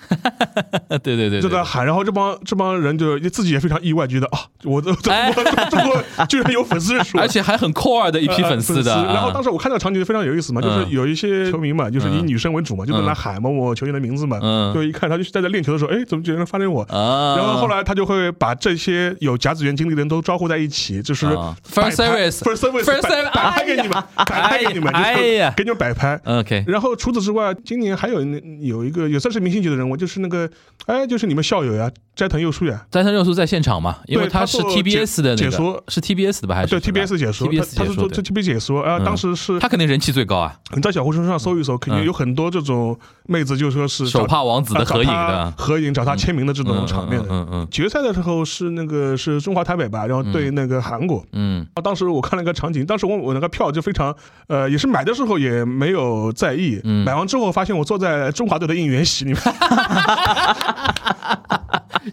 Speaker 5: 对对对，
Speaker 4: 就
Speaker 5: 对
Speaker 4: 在喊，然后这帮这帮人就自己也非常意外，觉得啊，
Speaker 5: *laughs*
Speaker 4: 我都中
Speaker 5: 哎
Speaker 4: 国中国居然有粉丝数，
Speaker 5: 而且还很 core 的一批
Speaker 4: 呃
Speaker 5: 粉丝的。啊
Speaker 4: 然后当
Speaker 5: 时
Speaker 4: 时我看到场景非常有意思嘛，就是
Speaker 5: 嗯
Speaker 4: 有一些球迷嘛，就是以
Speaker 5: 嗯
Speaker 4: 女生为主嘛，就在那喊嘛我球员的名字嘛，
Speaker 5: 嗯
Speaker 4: 就一看他就是在那练球的时候，哎，怎么有人发现我？
Speaker 5: 啊，
Speaker 4: 然后后来他就会把这些有甲子园经历的人都招呼在一起，就是
Speaker 5: 啊
Speaker 4: 摆
Speaker 5: First
Speaker 4: 拍
Speaker 5: service
Speaker 4: first service
Speaker 5: First service，哎
Speaker 4: 摆拍给你们，摆拍给你们，
Speaker 5: 哎呀
Speaker 4: 就是
Speaker 5: 哎呀
Speaker 4: 给你们摆拍。
Speaker 5: OK，
Speaker 4: 然后除此之外，今年还有那有一个也算是明星级的人物，就是那个哎，就是你们校友呀，斋藤佑树呀，
Speaker 5: 斋藤六树在现场嘛，因为
Speaker 4: 对他
Speaker 5: 是
Speaker 4: 做
Speaker 5: TBS 的那
Speaker 4: 解
Speaker 5: 个
Speaker 4: 解说
Speaker 5: 是 TBS 的吧？还是
Speaker 4: 对
Speaker 5: 什么
Speaker 4: TBS 解说，
Speaker 5: TBS
Speaker 4: 他他
Speaker 5: 解
Speaker 4: 是做
Speaker 5: 说
Speaker 4: 这
Speaker 5: 对，
Speaker 4: TBS 解说，啊，
Speaker 5: 嗯
Speaker 4: 当时是
Speaker 5: 他肯定人气最高啊，
Speaker 4: 你在小红书上搜一搜，肯定有很多这种妹子就说是找
Speaker 5: 嗯手帕王子的合影
Speaker 4: 啊找他
Speaker 5: 的
Speaker 4: 合影找他签名的这种场面
Speaker 5: 嗯
Speaker 4: 的。
Speaker 5: 嗯嗯
Speaker 4: 决赛的时候是那个是中华台北吧，然后对那个韩国。
Speaker 5: 嗯
Speaker 4: 当时我看了一个场景，当时我我那个票就非常，呃，也是买的时候也没有在意，
Speaker 5: 嗯
Speaker 4: 买完之后发现我坐在中华队的应援
Speaker 5: *laughs*
Speaker 4: 席里面，
Speaker 5: 嗯，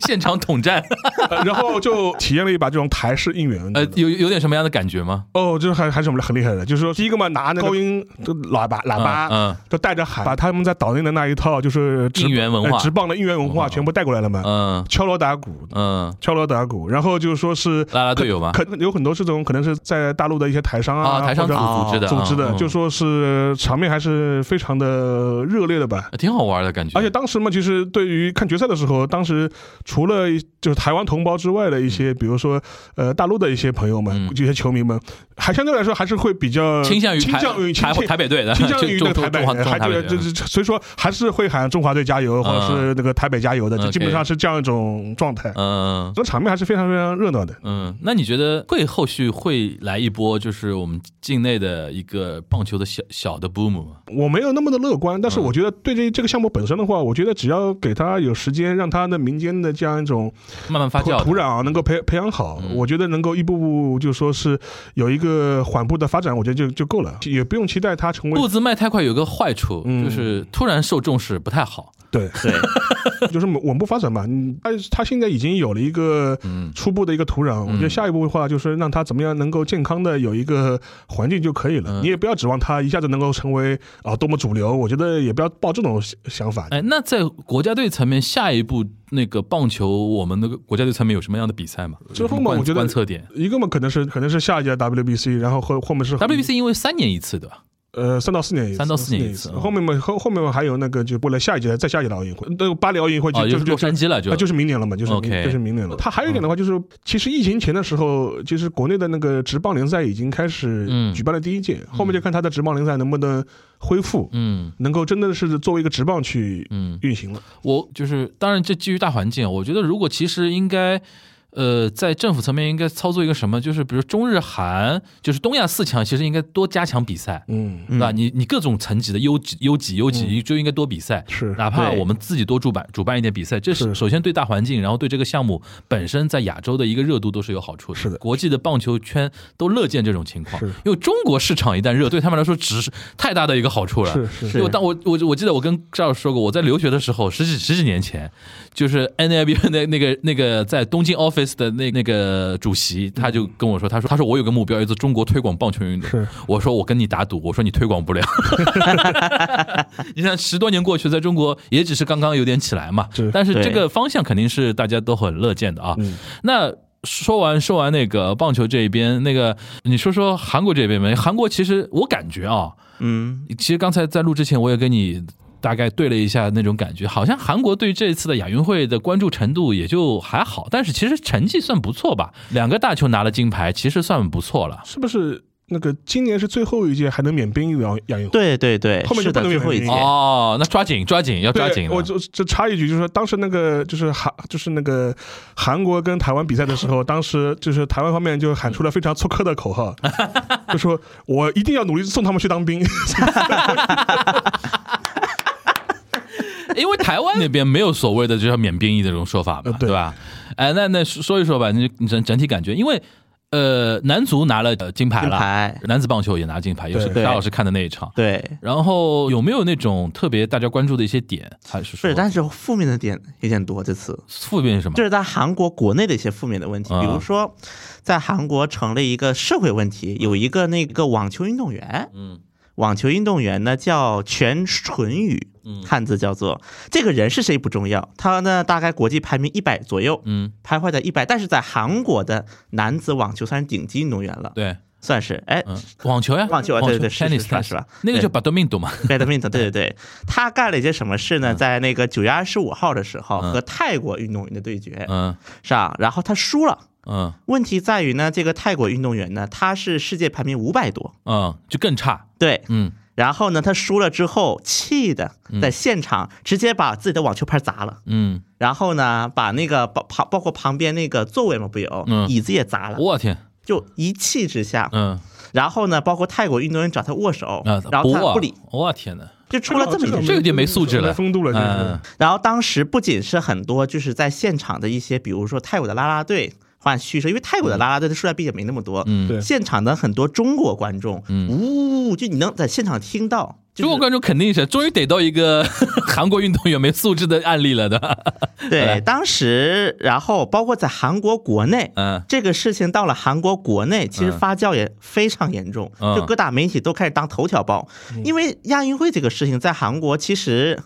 Speaker 5: 现场统战，
Speaker 4: 呃然后就体验了一把这种台式应援。
Speaker 5: 呃，有有点什么样的感觉吗？
Speaker 4: 哦，就是还还是我们很厉害的，就是说第一个嘛，拿那个高音的喇叭喇叭，
Speaker 5: 嗯
Speaker 4: 就带着喊，把他们在岛内的那一套就是直
Speaker 5: 应援文化
Speaker 4: 呃直棒的应援文化全部带过来了嘛，
Speaker 5: 嗯
Speaker 4: 敲锣打鼓，
Speaker 5: 嗯，
Speaker 4: 敲锣打鼓，然后就是说是
Speaker 5: 拉拉队友嘛，
Speaker 4: 可能有很多这种可能是在大陆的一些台商
Speaker 5: 啊，
Speaker 4: 啊，
Speaker 5: 台上
Speaker 4: 或
Speaker 5: 组
Speaker 4: 者
Speaker 3: 啊
Speaker 5: 组织的，
Speaker 4: 组织的，
Speaker 5: 嗯
Speaker 4: 就说是场面还是非常的热烈的吧。
Speaker 5: 嗯挺好玩的感觉，
Speaker 4: 而且当时嘛，其实对于看决赛的时候，当时除了就是台湾同胞之外的一些，比如说呃大陆的一些朋友们
Speaker 5: 嗯，
Speaker 4: 这些球迷们，还相对来说还是会比较
Speaker 5: 倾向于
Speaker 4: 呃倾
Speaker 5: 台
Speaker 4: 向于
Speaker 5: 台
Speaker 4: 倾
Speaker 5: 台北队的，
Speaker 4: 倾向于
Speaker 5: *laughs* 就
Speaker 4: 那个
Speaker 5: 就
Speaker 4: 台北
Speaker 5: 中华
Speaker 4: 人，
Speaker 5: 中华
Speaker 4: 还
Speaker 5: 台
Speaker 4: 对
Speaker 5: 北
Speaker 4: 这
Speaker 5: 队，
Speaker 4: 这，所以说还是会喊中华队加油，或者是那个台北加油的，就基本上是这样一种状态。
Speaker 5: 嗯。
Speaker 4: 这场面还是非常非常热闹的。
Speaker 5: 嗯，那你觉得会后续会来一波，就是我们境内的一个棒球的小小的 boom 吗？
Speaker 4: 我没有那么的乐观，但是
Speaker 5: 嗯
Speaker 4: 我觉得对这这个项目本身的话，我觉得只要给他有时间，让他的民间的这样一种
Speaker 5: 慢慢发
Speaker 4: 土
Speaker 5: 酵的，
Speaker 4: 土壤能够培培养好，
Speaker 5: 嗯
Speaker 4: 我觉得能够一步步就说是有一个缓步的发展，我觉得就就够了，也不用期待他成为
Speaker 5: 步子迈太快有个坏处，
Speaker 4: 嗯
Speaker 5: 就是突然受重视不太好。
Speaker 4: 对，
Speaker 5: *laughs*
Speaker 3: 对，
Speaker 4: *laughs* 就是稳步发展吧。嗯他他现在已经有了一个
Speaker 5: 嗯
Speaker 4: 初步的一个土壤，我觉得下一步的话就是让他怎么样能够健康的有一个环境就可以了。
Speaker 5: 嗯
Speaker 4: 你也不要指望他一下子能够成为啊多么主流，我觉得也不要抱这种想想法。
Speaker 5: 哎，那在国家队层面，下一步那个棒球，我们那个国家队层面有什么样的比赛吗？
Speaker 4: 之后
Speaker 5: 有
Speaker 4: 嘛
Speaker 5: 什么观
Speaker 4: 我觉得
Speaker 5: 观测点
Speaker 4: 一个嘛，可能是可能是下一届 WBC，然后后后面是
Speaker 5: ，WBC 因为三年一次的，
Speaker 4: 呃三到四年一次，
Speaker 5: 三到四年一
Speaker 4: 一
Speaker 5: 次
Speaker 4: 次。
Speaker 5: 嗯
Speaker 4: 后面嘛后后面嘛还有那个就未来下一届再下一届的奥运会，那个巴黎奥运会
Speaker 5: 啊，
Speaker 4: 呃就
Speaker 5: 就
Speaker 4: 就是
Speaker 5: 洛杉矶了，
Speaker 4: 啊，就是是明年了嘛，就是明
Speaker 5: OK
Speaker 4: 就是明年了。嗯它还有一点的话，就是其实疫情前的时候，其实国内的那个职棒联赛已经开始
Speaker 5: 嗯
Speaker 4: 举办了第一届，后面就看它的职棒联赛能不能恢复，
Speaker 5: 嗯
Speaker 4: 能够真的是作为一个职棒去
Speaker 5: 嗯，
Speaker 4: 运行了。
Speaker 5: 我就是，当然这基于大环境，啊我觉得如果其实应该，呃，在政府层面应该操作一个什么，就是比如中日韩，就是东亚四强，其实应该多加强比赛，
Speaker 4: 嗯，
Speaker 5: 对吧？你你各种层级的优级、优级、优级就应该多比赛。
Speaker 4: 是
Speaker 5: 哪怕
Speaker 3: 对
Speaker 5: 我们自己多主办主办一点比赛，这是
Speaker 4: 是
Speaker 5: 首先对大环境，然后对这个项目本身在亚洲的一个热度都是有好处的。
Speaker 4: 是的
Speaker 5: 国际的棒球圈都乐见这种情况
Speaker 4: 是，
Speaker 5: 因为中国市场一旦热，对他们来说只是太大的一个好处了。
Speaker 4: 是是
Speaker 3: 是
Speaker 5: 因为当我我我记得我跟赵老师说过，我在留学的时候，十几十几年前，就是 NIB 的那个那个在东京 office 的那那个主席，
Speaker 4: 嗯
Speaker 5: 他就跟我说，他说他说我有个目标，要做中国推广棒球运动。
Speaker 4: 是
Speaker 5: 我说我跟你打赌，我说你推广不了。 *laughs* 你看十多年过去，在中国也只是刚刚有点起来嘛
Speaker 4: 是，
Speaker 5: 但是这
Speaker 3: 对
Speaker 5: 个方向肯定是大家都很乐见的啊。
Speaker 4: 嗯
Speaker 5: 那说完说完那个棒球这一边，那个你说说韩国这边呗？韩国其实我感觉啊，
Speaker 3: 嗯，
Speaker 5: 其实刚才在录之前，我也跟你大概对了一下那种感觉，好像韩国对这次的亚运会的关注程度也就还好，但是其实成绩算不错吧，两个大球拿了金牌，其实算不错了。
Speaker 4: 是不是那个今年是最后一届还能免兵的奥亚运会？
Speaker 3: 对对对，
Speaker 4: 后面就是
Speaker 3: 的，
Speaker 4: 不能
Speaker 3: 最
Speaker 4: 有
Speaker 3: 后一
Speaker 4: 原
Speaker 3: 届
Speaker 4: 因，
Speaker 5: 哦，那抓紧抓紧，要抓紧
Speaker 4: 对，
Speaker 5: 了
Speaker 4: 我就就插一句，就是说当时那个就是韩就是那个韩国跟台湾比赛的时
Speaker 5: *laughs*
Speaker 4: 候，当时就是台湾方面就喊出了非常粗刻的口号，就说我一定要努力送他们去当兵。
Speaker 5: 因为台湾那边没有所谓的就叫免兵役的这种说法嘛
Speaker 4: 呃，对
Speaker 5: 吧？哎，那那说一说吧，你你整整体感觉，因为呃，男足拿了呃金牌
Speaker 3: 金
Speaker 5: 了，
Speaker 3: 牌，
Speaker 5: 男子棒球也拿金牌，也是
Speaker 4: 对
Speaker 5: 沙老师看的那一场。
Speaker 3: 对，
Speaker 5: 然后有没有那种特别大家关注的一些点？还是说
Speaker 3: 是，但是负面的点有点多，这次
Speaker 5: 负面是什么
Speaker 3: 就？是在韩国国内的一些负面的问题，比
Speaker 5: 啊
Speaker 3: 如说在韩国成了一个社会问题，有一个那个网球运动员，
Speaker 5: 嗯
Speaker 3: 网球运动员呢叫全纯宇，
Speaker 5: 嗯
Speaker 3: 汉字叫做这个人是谁不重要，他呢大概国际排名一百左右，
Speaker 5: 嗯，
Speaker 3: 徘徊在一百，但是在韩国的男子网球算是顶级运动员了，
Speaker 5: 对，
Speaker 3: 算是哎。
Speaker 5: 嗯，网球呀，
Speaker 3: 网球啊对对对是
Speaker 5: tennis
Speaker 3: 是是吧
Speaker 5: tennis
Speaker 3: 是吧
Speaker 5: 那个
Speaker 3: 对
Speaker 5: 叫 badminton 嘛，
Speaker 3: *laughs* badminton，对
Speaker 5: *laughs*
Speaker 3: 对对，他干了一件什么事呢？在那个九月二十五号的时候，
Speaker 5: 嗯
Speaker 3: 和泰国运动员的对决
Speaker 5: 嗯
Speaker 3: 是吧？然后他输了，
Speaker 5: 嗯
Speaker 3: 问题在于呢，这个泰国运动员呢，他是世界排名五百多，
Speaker 5: 嗯，就更差，
Speaker 3: 对，
Speaker 5: 嗯，
Speaker 3: 然后呢，他输了之后，气的在现场直接把自己的网球拍砸了，
Speaker 5: 嗯，
Speaker 3: 然后呢，把那个包旁包括旁边那个座位嘛，不有
Speaker 5: 嗯
Speaker 3: 椅子也砸了，
Speaker 5: 我天，
Speaker 3: 就一气之下，
Speaker 5: 嗯
Speaker 3: 然后呢，包括泰国运动员找他握手
Speaker 5: 啊，，
Speaker 3: 然后他
Speaker 5: 握
Speaker 3: 不理，，
Speaker 5: 我天呐，
Speaker 3: 就出了这么一件
Speaker 5: 这有点没素质了
Speaker 4: 风度了，这
Speaker 5: 嗯
Speaker 4: 是。
Speaker 3: 然后当时不仅是很多就是在现场的一些，比如说泰国的啦啦队换虚声，因为泰国的啦啦队的数量毕竟没那么多，
Speaker 5: 嗯
Speaker 4: 对
Speaker 3: 现场的很多中国观众，
Speaker 5: 嗯
Speaker 3: 呜，就你能在现场听到，就
Speaker 5: 中国
Speaker 3: 是
Speaker 5: 观众肯定是终于逮到一个韩国运动员没素质的案例了
Speaker 3: *laughs*
Speaker 5: 的，
Speaker 3: 对，当时然后包括在韩国国内。
Speaker 5: 嗯
Speaker 3: 这个事情到了韩国国内，其实
Speaker 5: 嗯
Speaker 3: 发酵也非常严重，
Speaker 5: 嗯
Speaker 3: 就各大媒体都开始当头条报，因为亚运会这个事情在韩国其实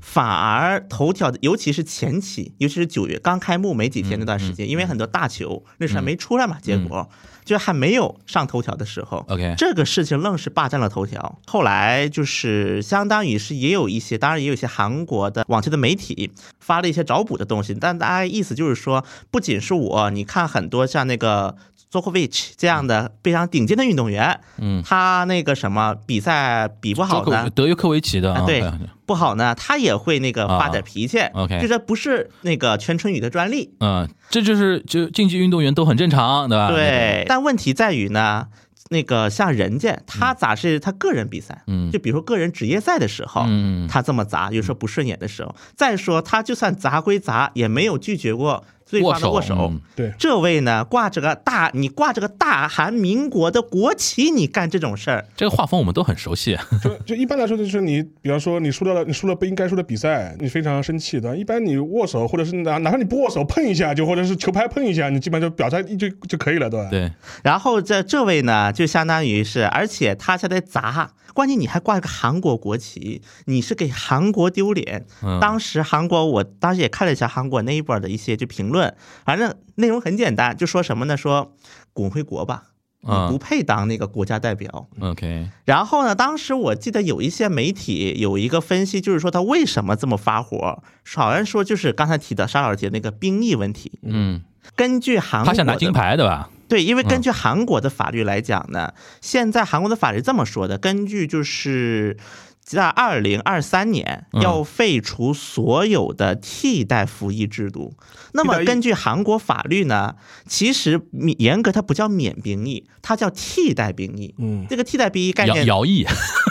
Speaker 3: 反而头条，尤其是前期，尤其是九月刚开幕没几天那段时
Speaker 5: 嗯
Speaker 3: 间，因为很多大球那时候还没出来嘛，结果就还没有上头条的时候，
Speaker 5: ，OK，
Speaker 3: 这个事情愣是霸占了头条。后来就是相当于是也有一些，当然也有一些韩国的网球的媒体发了一些找补的东西，但大概意思就是说，不仅是我，你看很多像那个 Djokovic 这样的非常顶尖的运动员，
Speaker 5: 嗯，
Speaker 3: 他那个什么比赛比不好
Speaker 5: 周克
Speaker 3: 呢？
Speaker 5: 德约科维奇的啊，
Speaker 3: 啊对不好呢，他也会那个发点脾气。
Speaker 5: OK
Speaker 3: 就这不是那个全春雨的专利。
Speaker 5: 嗯，这就是就竞技运动员都很正常，对吧？
Speaker 3: 对，但问题在于呢，那个像人家他咋是他个人比赛，
Speaker 5: 嗯
Speaker 3: 就比如说个人职业赛的时候，
Speaker 5: 嗯
Speaker 3: 他这么砸，有时候不顺眼的时候，再说他就算砸归砸，也没有拒绝过对
Speaker 5: 握
Speaker 3: 方的
Speaker 5: 手，
Speaker 3: 握手。
Speaker 5: 嗯
Speaker 4: 对，
Speaker 3: 这位呢，挂着个大，你挂着个大韩民国的国旗，你干这种事儿，
Speaker 5: 这个画风我们都很熟悉，
Speaker 4: *laughs*
Speaker 3: 嗯
Speaker 4: 就就一般来说，就是你，比方说你输掉了，你输了不应该输的比赛，你非常生气的。一般你握手，或者是哪哪怕你不握手碰一下，就或者是球拍碰一下，你基本上就表态一就就可以了，对吧？
Speaker 5: 对，
Speaker 3: 然后这这位呢，就相当于是，而且他现在砸，关键你还挂了个韩国国旗，你是给韩国丢脸。
Speaker 5: 嗯
Speaker 3: 当时韩国，我当时也看了一下韩国那一波的一些就评论，反正内容很简单，就说什么呢？说滚回国吧，你
Speaker 5: 嗯
Speaker 3: 不配当那个国家代表。
Speaker 5: ，OK，
Speaker 3: 然后呢，当时我记得有一些媒体有一个分析，就是说他为什么这么发火，好像说就是刚才提到沙老师提的那个兵役问题。
Speaker 5: 嗯，
Speaker 3: 根据韩国
Speaker 5: 他想拿
Speaker 3: 的
Speaker 5: 金牌，嗯对吧？
Speaker 3: 对，因为根据韩国的法律来讲呢，现在韩国的法律这么说的，根据就是。在二零二三年
Speaker 5: 嗯
Speaker 3: 要废除所有的替代服役制度。那
Speaker 4: 替代
Speaker 3: 么
Speaker 4: 役
Speaker 3: 根据韩国法律呢，其实免严格它不叫免兵役，它叫替代兵役。
Speaker 4: 嗯，
Speaker 3: 这个替代兵役概
Speaker 5: 摇
Speaker 3: 念，
Speaker 5: 摇曳， *laughs*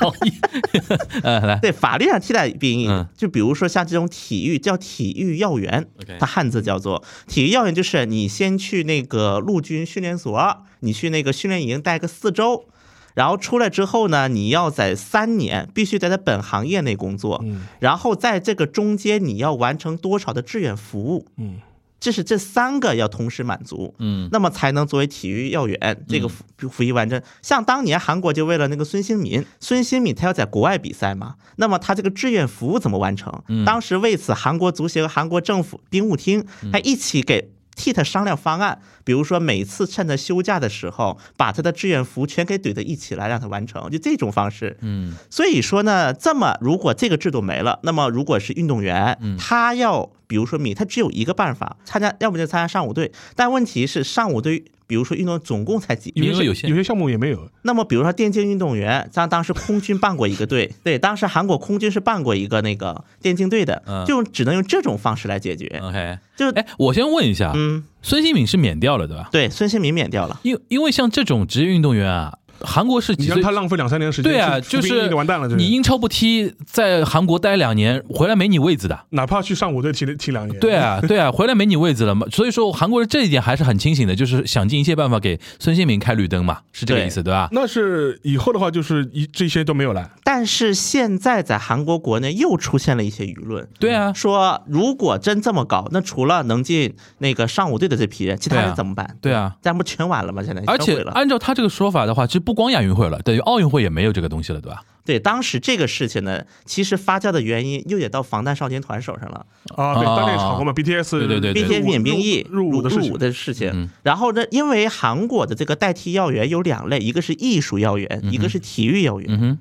Speaker 5: 摇曳，呃，来
Speaker 3: 对法律上替代兵役
Speaker 5: 嗯，
Speaker 3: 就比如说像这种体育叫体育要员，
Speaker 5: ，OK，
Speaker 3: 它汉字叫做体育要员，就是你先去那个陆军训练所，你去那个训练营待个四周，然后出来之后呢，你要在三年必须得在本行业内工作，
Speaker 5: 嗯
Speaker 3: 然后在这个中间你要完成多少的志愿服务，
Speaker 4: 嗯，
Speaker 3: 这是这三个要同时满足，
Speaker 5: 嗯
Speaker 3: 那么才能作为体育要员这个服服役完成。像当年韩国就为了那个孙兴民，孙兴民他要在国外比赛嘛，那么他这个志愿服务怎么完成？当时为此，韩国足协和韩国政府兵务厅还一起给。替他商量方案，比如说每次趁他休假的时候，把他的志愿服全给怼到一起来，让他完成，就这种方式。
Speaker 5: 嗯
Speaker 3: 所以说呢，这么如果这个制度没了，那么如果是运动员，
Speaker 5: 嗯
Speaker 3: 他要比如说米，他只有一个办法，参加，要不就参加上午队。但问题是上午队，比如说运动总共才几，
Speaker 5: 名额有
Speaker 4: 有
Speaker 5: 限
Speaker 4: 些项目也没有，
Speaker 3: 那么比如说电竞运动员，像当时空军办过一
Speaker 5: *laughs*
Speaker 3: 个队，对，当时韩国空军是办过一个那个电竞队
Speaker 5: 嗯
Speaker 3: 的，就只能用这种方式来解决。
Speaker 5: ，OK，
Speaker 3: 就
Speaker 5: 哎，我先问一下，
Speaker 3: 嗯，
Speaker 5: 孙兴敏是免掉了，对吧？
Speaker 3: 对，孙兴民免掉了。
Speaker 5: 因因为像这种职业运动员啊，韩国是
Speaker 4: 你
Speaker 5: 几
Speaker 4: 让
Speaker 5: 岁
Speaker 4: 他？浪费两三年时间，
Speaker 5: 对啊，
Speaker 4: 去
Speaker 5: 就
Speaker 4: 服兵役
Speaker 5: 是
Speaker 4: 就完蛋了，这是
Speaker 5: 你英超不踢，在韩国待两年，回来没你位子的。
Speaker 4: 哪怕去上五队踢踢两年，
Speaker 5: 对啊，对啊，回来没你位子了嘛。所以说，韩国人这一点还是很清醒的，就是想尽一切办法给孙兴民开绿灯嘛，是这个
Speaker 3: 对嗯
Speaker 5: 意思，对吧？
Speaker 4: 那是以后的话，就是一这些都没有了。
Speaker 3: 但是现在在韩国国内又出现了一些舆论，
Speaker 5: 对啊，
Speaker 3: 说如果真这么搞，那除了能进那个上五队的这批人，其他
Speaker 5: 对啊
Speaker 3: 人怎么办？
Speaker 5: 对啊。
Speaker 3: 咱不全完了吗？现在
Speaker 5: 而
Speaker 3: 全
Speaker 5: 且
Speaker 3: 毁了
Speaker 5: 按照他这个说法的话，其实不光亚运会了，等于奥运会也没有这个东西了，对吧？
Speaker 3: 对，当时这个事情呢，其实发酵的原因又得到防弹少年团手上了。
Speaker 4: 啊，对，
Speaker 5: 啊
Speaker 4: 当年吵过嘛，BTS
Speaker 5: 对对对对
Speaker 4: 入伍
Speaker 3: BTS 免兵役
Speaker 4: 入入伍的事
Speaker 3: 入
Speaker 4: 情
Speaker 3: 伍，的事情。
Speaker 5: 嗯
Speaker 3: 然后呢，因为韩国的这个代替要员有两类，一个是艺术要员，一个是体育要员。
Speaker 5: 嗯哼，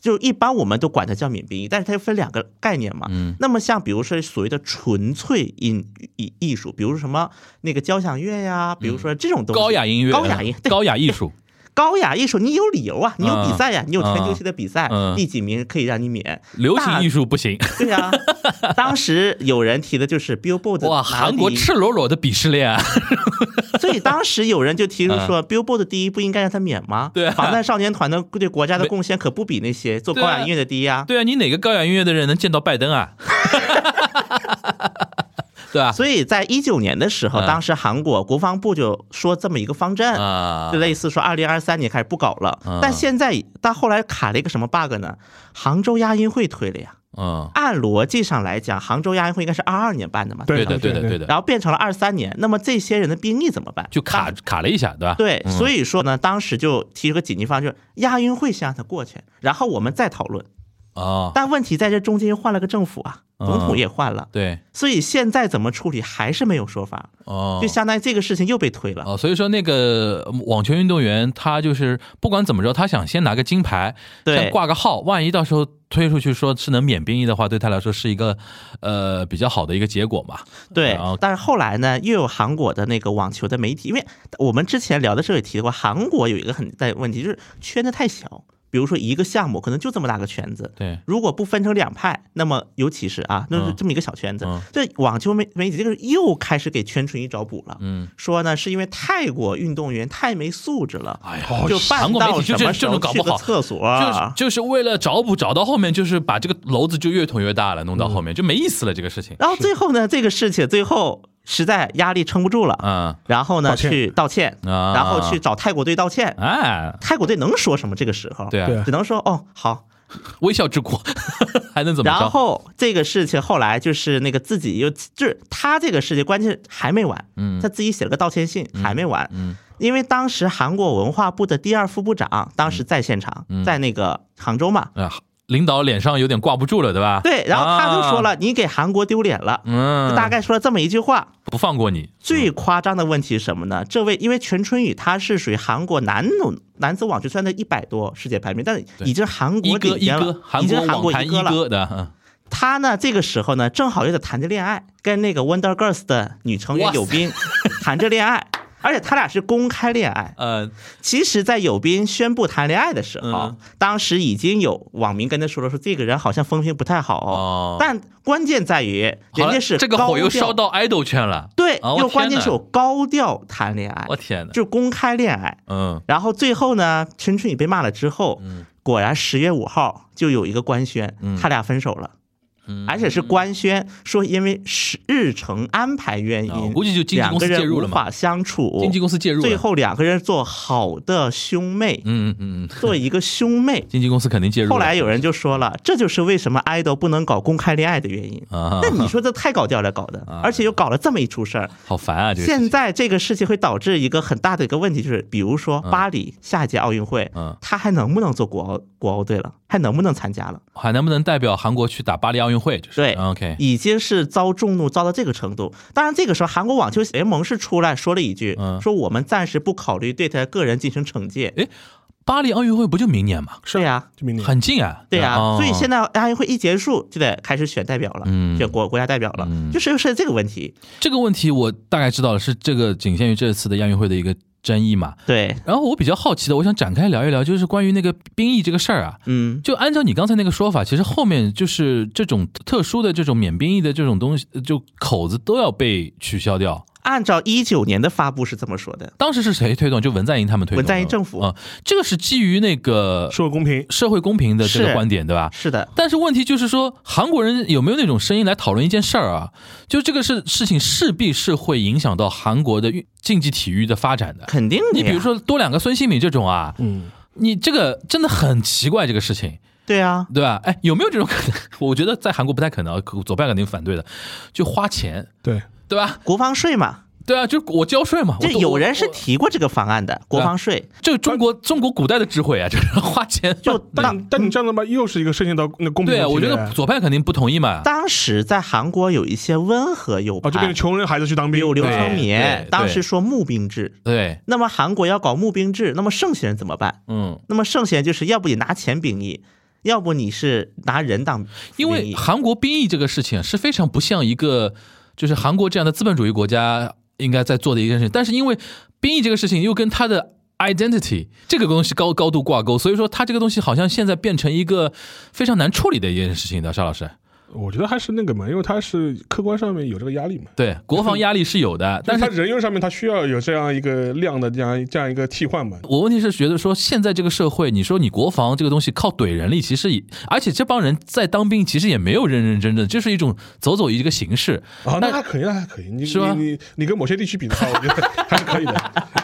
Speaker 3: 就一般我们都管它叫免兵役，但是它又分两个概念嘛。
Speaker 5: 嗯
Speaker 3: 那么像比如说所谓的纯粹艺艺艺术，比如什么那个交响乐呀，比如说这种东
Speaker 5: 嗯
Speaker 3: 西，
Speaker 5: 高雅音乐，
Speaker 3: 高雅音对
Speaker 5: 高雅艺
Speaker 3: *laughs*
Speaker 5: 术，
Speaker 3: 高雅艺术，你有理由啊，你有比赛呀、你有全球性的比赛，
Speaker 5: 嗯
Speaker 3: 第几名可以让你免？
Speaker 5: 流行艺
Speaker 3: 术
Speaker 5: 术不行。
Speaker 3: 对呀、当时有人提的就是 Billboard 的
Speaker 5: 哇，
Speaker 3: 拿
Speaker 5: 韩国
Speaker 3: 第一
Speaker 5: 赤裸裸的鄙视链啊！
Speaker 3: 所以当时有人就提出说，Billboard 的第一不应该让他免吗？
Speaker 5: 嗯对啊啊
Speaker 3: 防弹少年团的对国家的贡献可不比那些
Speaker 5: *laughs*
Speaker 3: 做高雅音乐的低呀、
Speaker 5: *laughs* 对啊，你哪个高雅音乐的人能见到拜登 *laughs* 啊？对啊吧？
Speaker 3: 所以在一九年的时候，
Speaker 5: 嗯
Speaker 3: 当时韩国国防部就说这么一个方针。
Speaker 5: 啊
Speaker 3: 就，类似说，二零二三年开始不搞了，
Speaker 5: 嗯
Speaker 3: 但现在但后来卡了一个什么 bug 呢？杭州亚运会推了呀。
Speaker 5: 嗯，
Speaker 3: 按逻辑上来讲，杭州亚运会应该是二二年办的嘛，
Speaker 4: 对
Speaker 5: 对的，对的，对的，
Speaker 3: 然后变成了二三年，那么这些人的兵役怎么办？
Speaker 5: 就卡卡了一下，对吧？
Speaker 3: 对，
Speaker 5: 嗯
Speaker 3: 所以说呢，当时就提出个紧急方案，就是亚运会先让他过去，然后我们再讨论。
Speaker 5: 哦，
Speaker 3: 但问题在这中间又换了个政府啊，
Speaker 5: 嗯
Speaker 3: 总统也换了，
Speaker 5: 对，
Speaker 3: 所以现在怎么处理还是没有说法，
Speaker 5: 哦，
Speaker 3: 就相当于这个事情又被推了。
Speaker 5: 哦，所以说那个呃网球运动员，他就是不管怎么着，他想先拿个金牌，
Speaker 3: 对
Speaker 5: 先挂个号，万一到时候推出去说是能免兵役的话，对他来说是一个呃比较好的一个结果嘛。
Speaker 3: 对
Speaker 5: 然后，
Speaker 3: 但是后来呢，又有韩国的那个网球的媒体，因为我们之前聊的时候也提过，韩国有一个很大的问题就是圈子太小，比如说一个项目可能就这么大个圈子，
Speaker 5: 对，
Speaker 3: 如果不分成两派，那么尤其是啊，那是
Speaker 5: 嗯
Speaker 3: 这么一个小圈子
Speaker 5: 嗯，
Speaker 3: 这、网球媒媒体这个又开始给全纯一找补了，
Speaker 5: 嗯，
Speaker 3: 说呢是因为泰国运动员太没素质了，
Speaker 5: 哎呀
Speaker 3: 就
Speaker 5: 韩
Speaker 3: 办
Speaker 5: 国媒
Speaker 3: 到
Speaker 5: 体就
Speaker 3: 什
Speaker 5: 这
Speaker 3: 么
Speaker 5: 这
Speaker 3: 时
Speaker 5: 种
Speaker 3: 候
Speaker 5: 搞
Speaker 3: 去
Speaker 5: 不
Speaker 3: 个
Speaker 5: 好，
Speaker 3: 厕所
Speaker 5: 就是
Speaker 3: 啊。
Speaker 5: 就是为了找补，找到后面就是把这个篓子就越捅越大了，弄到
Speaker 3: 嗯
Speaker 5: 后面就没意思了这个事情。
Speaker 3: 然后最后呢，这个事情最后实在压力撑不住了，
Speaker 5: 嗯，
Speaker 3: 然后呢
Speaker 4: 道歉
Speaker 3: 去道歉，
Speaker 5: 啊
Speaker 3: 然后去找泰国队道歉。
Speaker 5: 哎，
Speaker 3: 泰国队能说什么？这个时候，
Speaker 5: 对啊，
Speaker 4: 对啊
Speaker 3: 只能说哦好。
Speaker 5: 微笑之国 *laughs* 还能怎么着？
Speaker 3: 然后这个事情后来就是那个自己又就是他这个事情，关键还没完，
Speaker 5: 嗯
Speaker 3: 他自己写了个道歉信，还没完，
Speaker 5: 嗯
Speaker 3: 因为当时韩国文化部的第二副部长当时在现场，
Speaker 5: 嗯
Speaker 3: 在那个杭州嘛，
Speaker 5: 啊，领导脸上有点挂不住了，对吧？
Speaker 3: 对，然后他就说
Speaker 5: 啊，
Speaker 3: 了，你给韩国丢脸了，
Speaker 5: 嗯，
Speaker 3: 就大概说了这么一句话。
Speaker 5: 不放过你。
Speaker 3: 最夸张的问题是什么呢？这位因为全春雨他是属于韩国男总男子网球圈的一百多世界排名，但是已经是韩
Speaker 5: 一
Speaker 3: 国
Speaker 5: 哥
Speaker 3: 顶
Speaker 5: 一
Speaker 3: 尖
Speaker 5: 哥
Speaker 3: 了，，
Speaker 5: 韩
Speaker 3: 已经
Speaker 5: 国
Speaker 3: 是韩国
Speaker 5: 网坛一
Speaker 3: 哥了。
Speaker 5: 哥的，嗯
Speaker 3: 他呢，这个时候呢，正好又在谈着恋爱，跟那个 Wonder Girls 的女成员
Speaker 5: 哇塞
Speaker 3: 有彬谈着
Speaker 5: *laughs*
Speaker 3: 恋爱，而且他俩是公开恋爱。
Speaker 5: 呃，
Speaker 3: 其实，在有彬宣布谈恋爱的时候，
Speaker 5: 嗯
Speaker 3: 当时已经有网民跟他说了，说这个人好像风评不太好、
Speaker 5: 哦
Speaker 3: 但关键在于，
Speaker 5: 好
Speaker 3: 人
Speaker 5: 了
Speaker 3: 家是
Speaker 5: 这个火又
Speaker 3: 高调
Speaker 5: 烧到 idol 圈了，
Speaker 3: 对，
Speaker 5: 啊我
Speaker 3: 又关
Speaker 5: 天
Speaker 3: 键
Speaker 5: 哪
Speaker 3: 是有高调谈恋爱
Speaker 5: 我，天哪，
Speaker 3: 就是公开恋爱。
Speaker 5: 嗯，
Speaker 3: 然后最后呢，陈春雨被骂了之后，果然十月五号就有一个官宣，
Speaker 5: 嗯
Speaker 3: 他俩分手了。而且是官宣说，因为是日程安排原因，
Speaker 5: 啊我估计就经纪
Speaker 3: 两
Speaker 5: 公司
Speaker 3: 个人
Speaker 5: 介入了
Speaker 3: 无
Speaker 5: 嘛
Speaker 3: 法相处，
Speaker 5: 经纪公司介入了
Speaker 3: 最后两个人做好的兄妹，
Speaker 5: 嗯嗯嗯，嗯，
Speaker 3: 做一个兄妹。
Speaker 5: 经纪公司肯定介入了。嗯
Speaker 3: 后来有人就说了，这就是为什么 idol 不能搞公开恋爱的原因。
Speaker 5: 啊
Speaker 3: 那，你说这太搞调了，搞的，而且又搞了这么一出事儿，
Speaker 5: *laughs* 好烦啊，这个事
Speaker 3: 现
Speaker 5: 情
Speaker 3: 在这个事情会导致一个很大的一个问题，就是比如说
Speaker 5: 啊
Speaker 3: 巴黎下一届奥运会，
Speaker 5: 嗯
Speaker 3: 他还能不能做国奥国奥队了？还能不能参加了？
Speaker 5: 还能不能代表韩国去打巴黎奥运会？就是啊
Speaker 3: 对
Speaker 5: ，OK，
Speaker 3: 已经是遭众怒遭到这个程度。当然，这个时候韩国网球联盟是出来说了一句
Speaker 5: 嗯，哎
Speaker 3: 说我们暂时不考虑对他个人进行惩戒。
Speaker 5: 巴黎奥运会不就明年嘛，
Speaker 4: 是
Speaker 3: 对呀、
Speaker 4: 就明年
Speaker 5: 很近啊。
Speaker 3: 对呀、
Speaker 5: 哦
Speaker 3: 所以现在亚运会一结束，就得开始选代表了，
Speaker 5: 嗯
Speaker 3: 选国国家代表了，就是是这个问题。
Speaker 5: 这个问题我大概知道了，是这个仅限于这次的亚运会的一个争议嘛。
Speaker 3: 对，
Speaker 5: 然后我比较好奇的，我想展开聊一聊，就是关于那个兵役这个事儿啊。
Speaker 3: 嗯，
Speaker 5: 就按照你刚才那个说法，其实后面就是这种特殊的这种免兵役的这种东西，呃就口子都要被取消掉。
Speaker 3: 按照一九年的发布是这么说的，
Speaker 5: 当时是谁推动？就文在寅他们推动的。
Speaker 3: 文在寅政府
Speaker 5: 啊、这个是基于那个
Speaker 4: 社会公平，
Speaker 5: 社会公平的这个
Speaker 3: 是
Speaker 5: 观点，对吧？
Speaker 3: 是的。
Speaker 5: 但是问题就是说，韩国人有没有那种声音来讨论一件事儿啊？就这个事事情势必是会影响到韩国的运竞技体育的发展的。
Speaker 3: 肯定的
Speaker 5: 你
Speaker 3: 呀，
Speaker 5: 比如说多两个孙兴敏这种啊，
Speaker 4: 嗯，
Speaker 5: 你这个真的很奇怪，这个事情。
Speaker 3: 对啊，
Speaker 5: 对吧？哎，有没有这种可能？ *laughs* 我觉得在韩国不太可能，可左派肯定反对的，就花钱，
Speaker 4: 对，
Speaker 5: 对吧？
Speaker 3: 国防税嘛，
Speaker 5: 对啊，就我交税嘛，我啊
Speaker 3: 就
Speaker 5: 都
Speaker 3: 有人是提过这个方案的，国防税
Speaker 5: 这中国中国古代的智慧啊，就是花钱
Speaker 3: 就
Speaker 4: 但
Speaker 3: 当
Speaker 4: 你但你这样的吧，又是一个涉及到那公
Speaker 5: *laughs*
Speaker 4: 平
Speaker 5: 对啊，
Speaker 4: 问题
Speaker 5: 我觉
Speaker 4: 的
Speaker 5: 得左派肯定不同意嘛。
Speaker 3: 当时在韩国有一些温和右
Speaker 5: 哦
Speaker 4: 啊，就变
Speaker 3: 派
Speaker 4: 成，穷人孩子去当兵，
Speaker 3: 有刘
Speaker 5: 对
Speaker 3: 昌民
Speaker 5: 对对，
Speaker 3: 当时说募兵制。
Speaker 5: 对，
Speaker 3: 那么韩国要搞募兵制，那么剩下人怎么办？
Speaker 5: 嗯，
Speaker 3: 那么剩下人就是要不你拿钱兵役，要不你是拿人当兵役，
Speaker 5: 因为韩国兵役这个事情是非常不像一个就是韩国这样的资本主义国家应该在做的一件事情，但是因为兵役这个事情又跟他的 identity 这个东西高高度挂钩，所以说他这个东西好像现在变成一个非常难处理的一件事情的，沙老师。
Speaker 4: 我觉得还是那个嘛，因为他是客观上面有这个压力嘛，
Speaker 5: 对，国防压力是有的，但
Speaker 4: 就是他人员上面他需要有这样一个量的这样这样一个替换嘛。
Speaker 5: 我问题是觉得说，现在这个社会，你说你国防这个东西靠怼人力，其实也，而且这帮人在当兵，其实也没有认认真真，就是一种走走一个形式。
Speaker 4: 啊，
Speaker 5: 那
Speaker 4: 那还可以，那还可以，你
Speaker 5: 是吧
Speaker 4: 你你你跟某些地区比的话，我觉得还是可以的。 *laughs*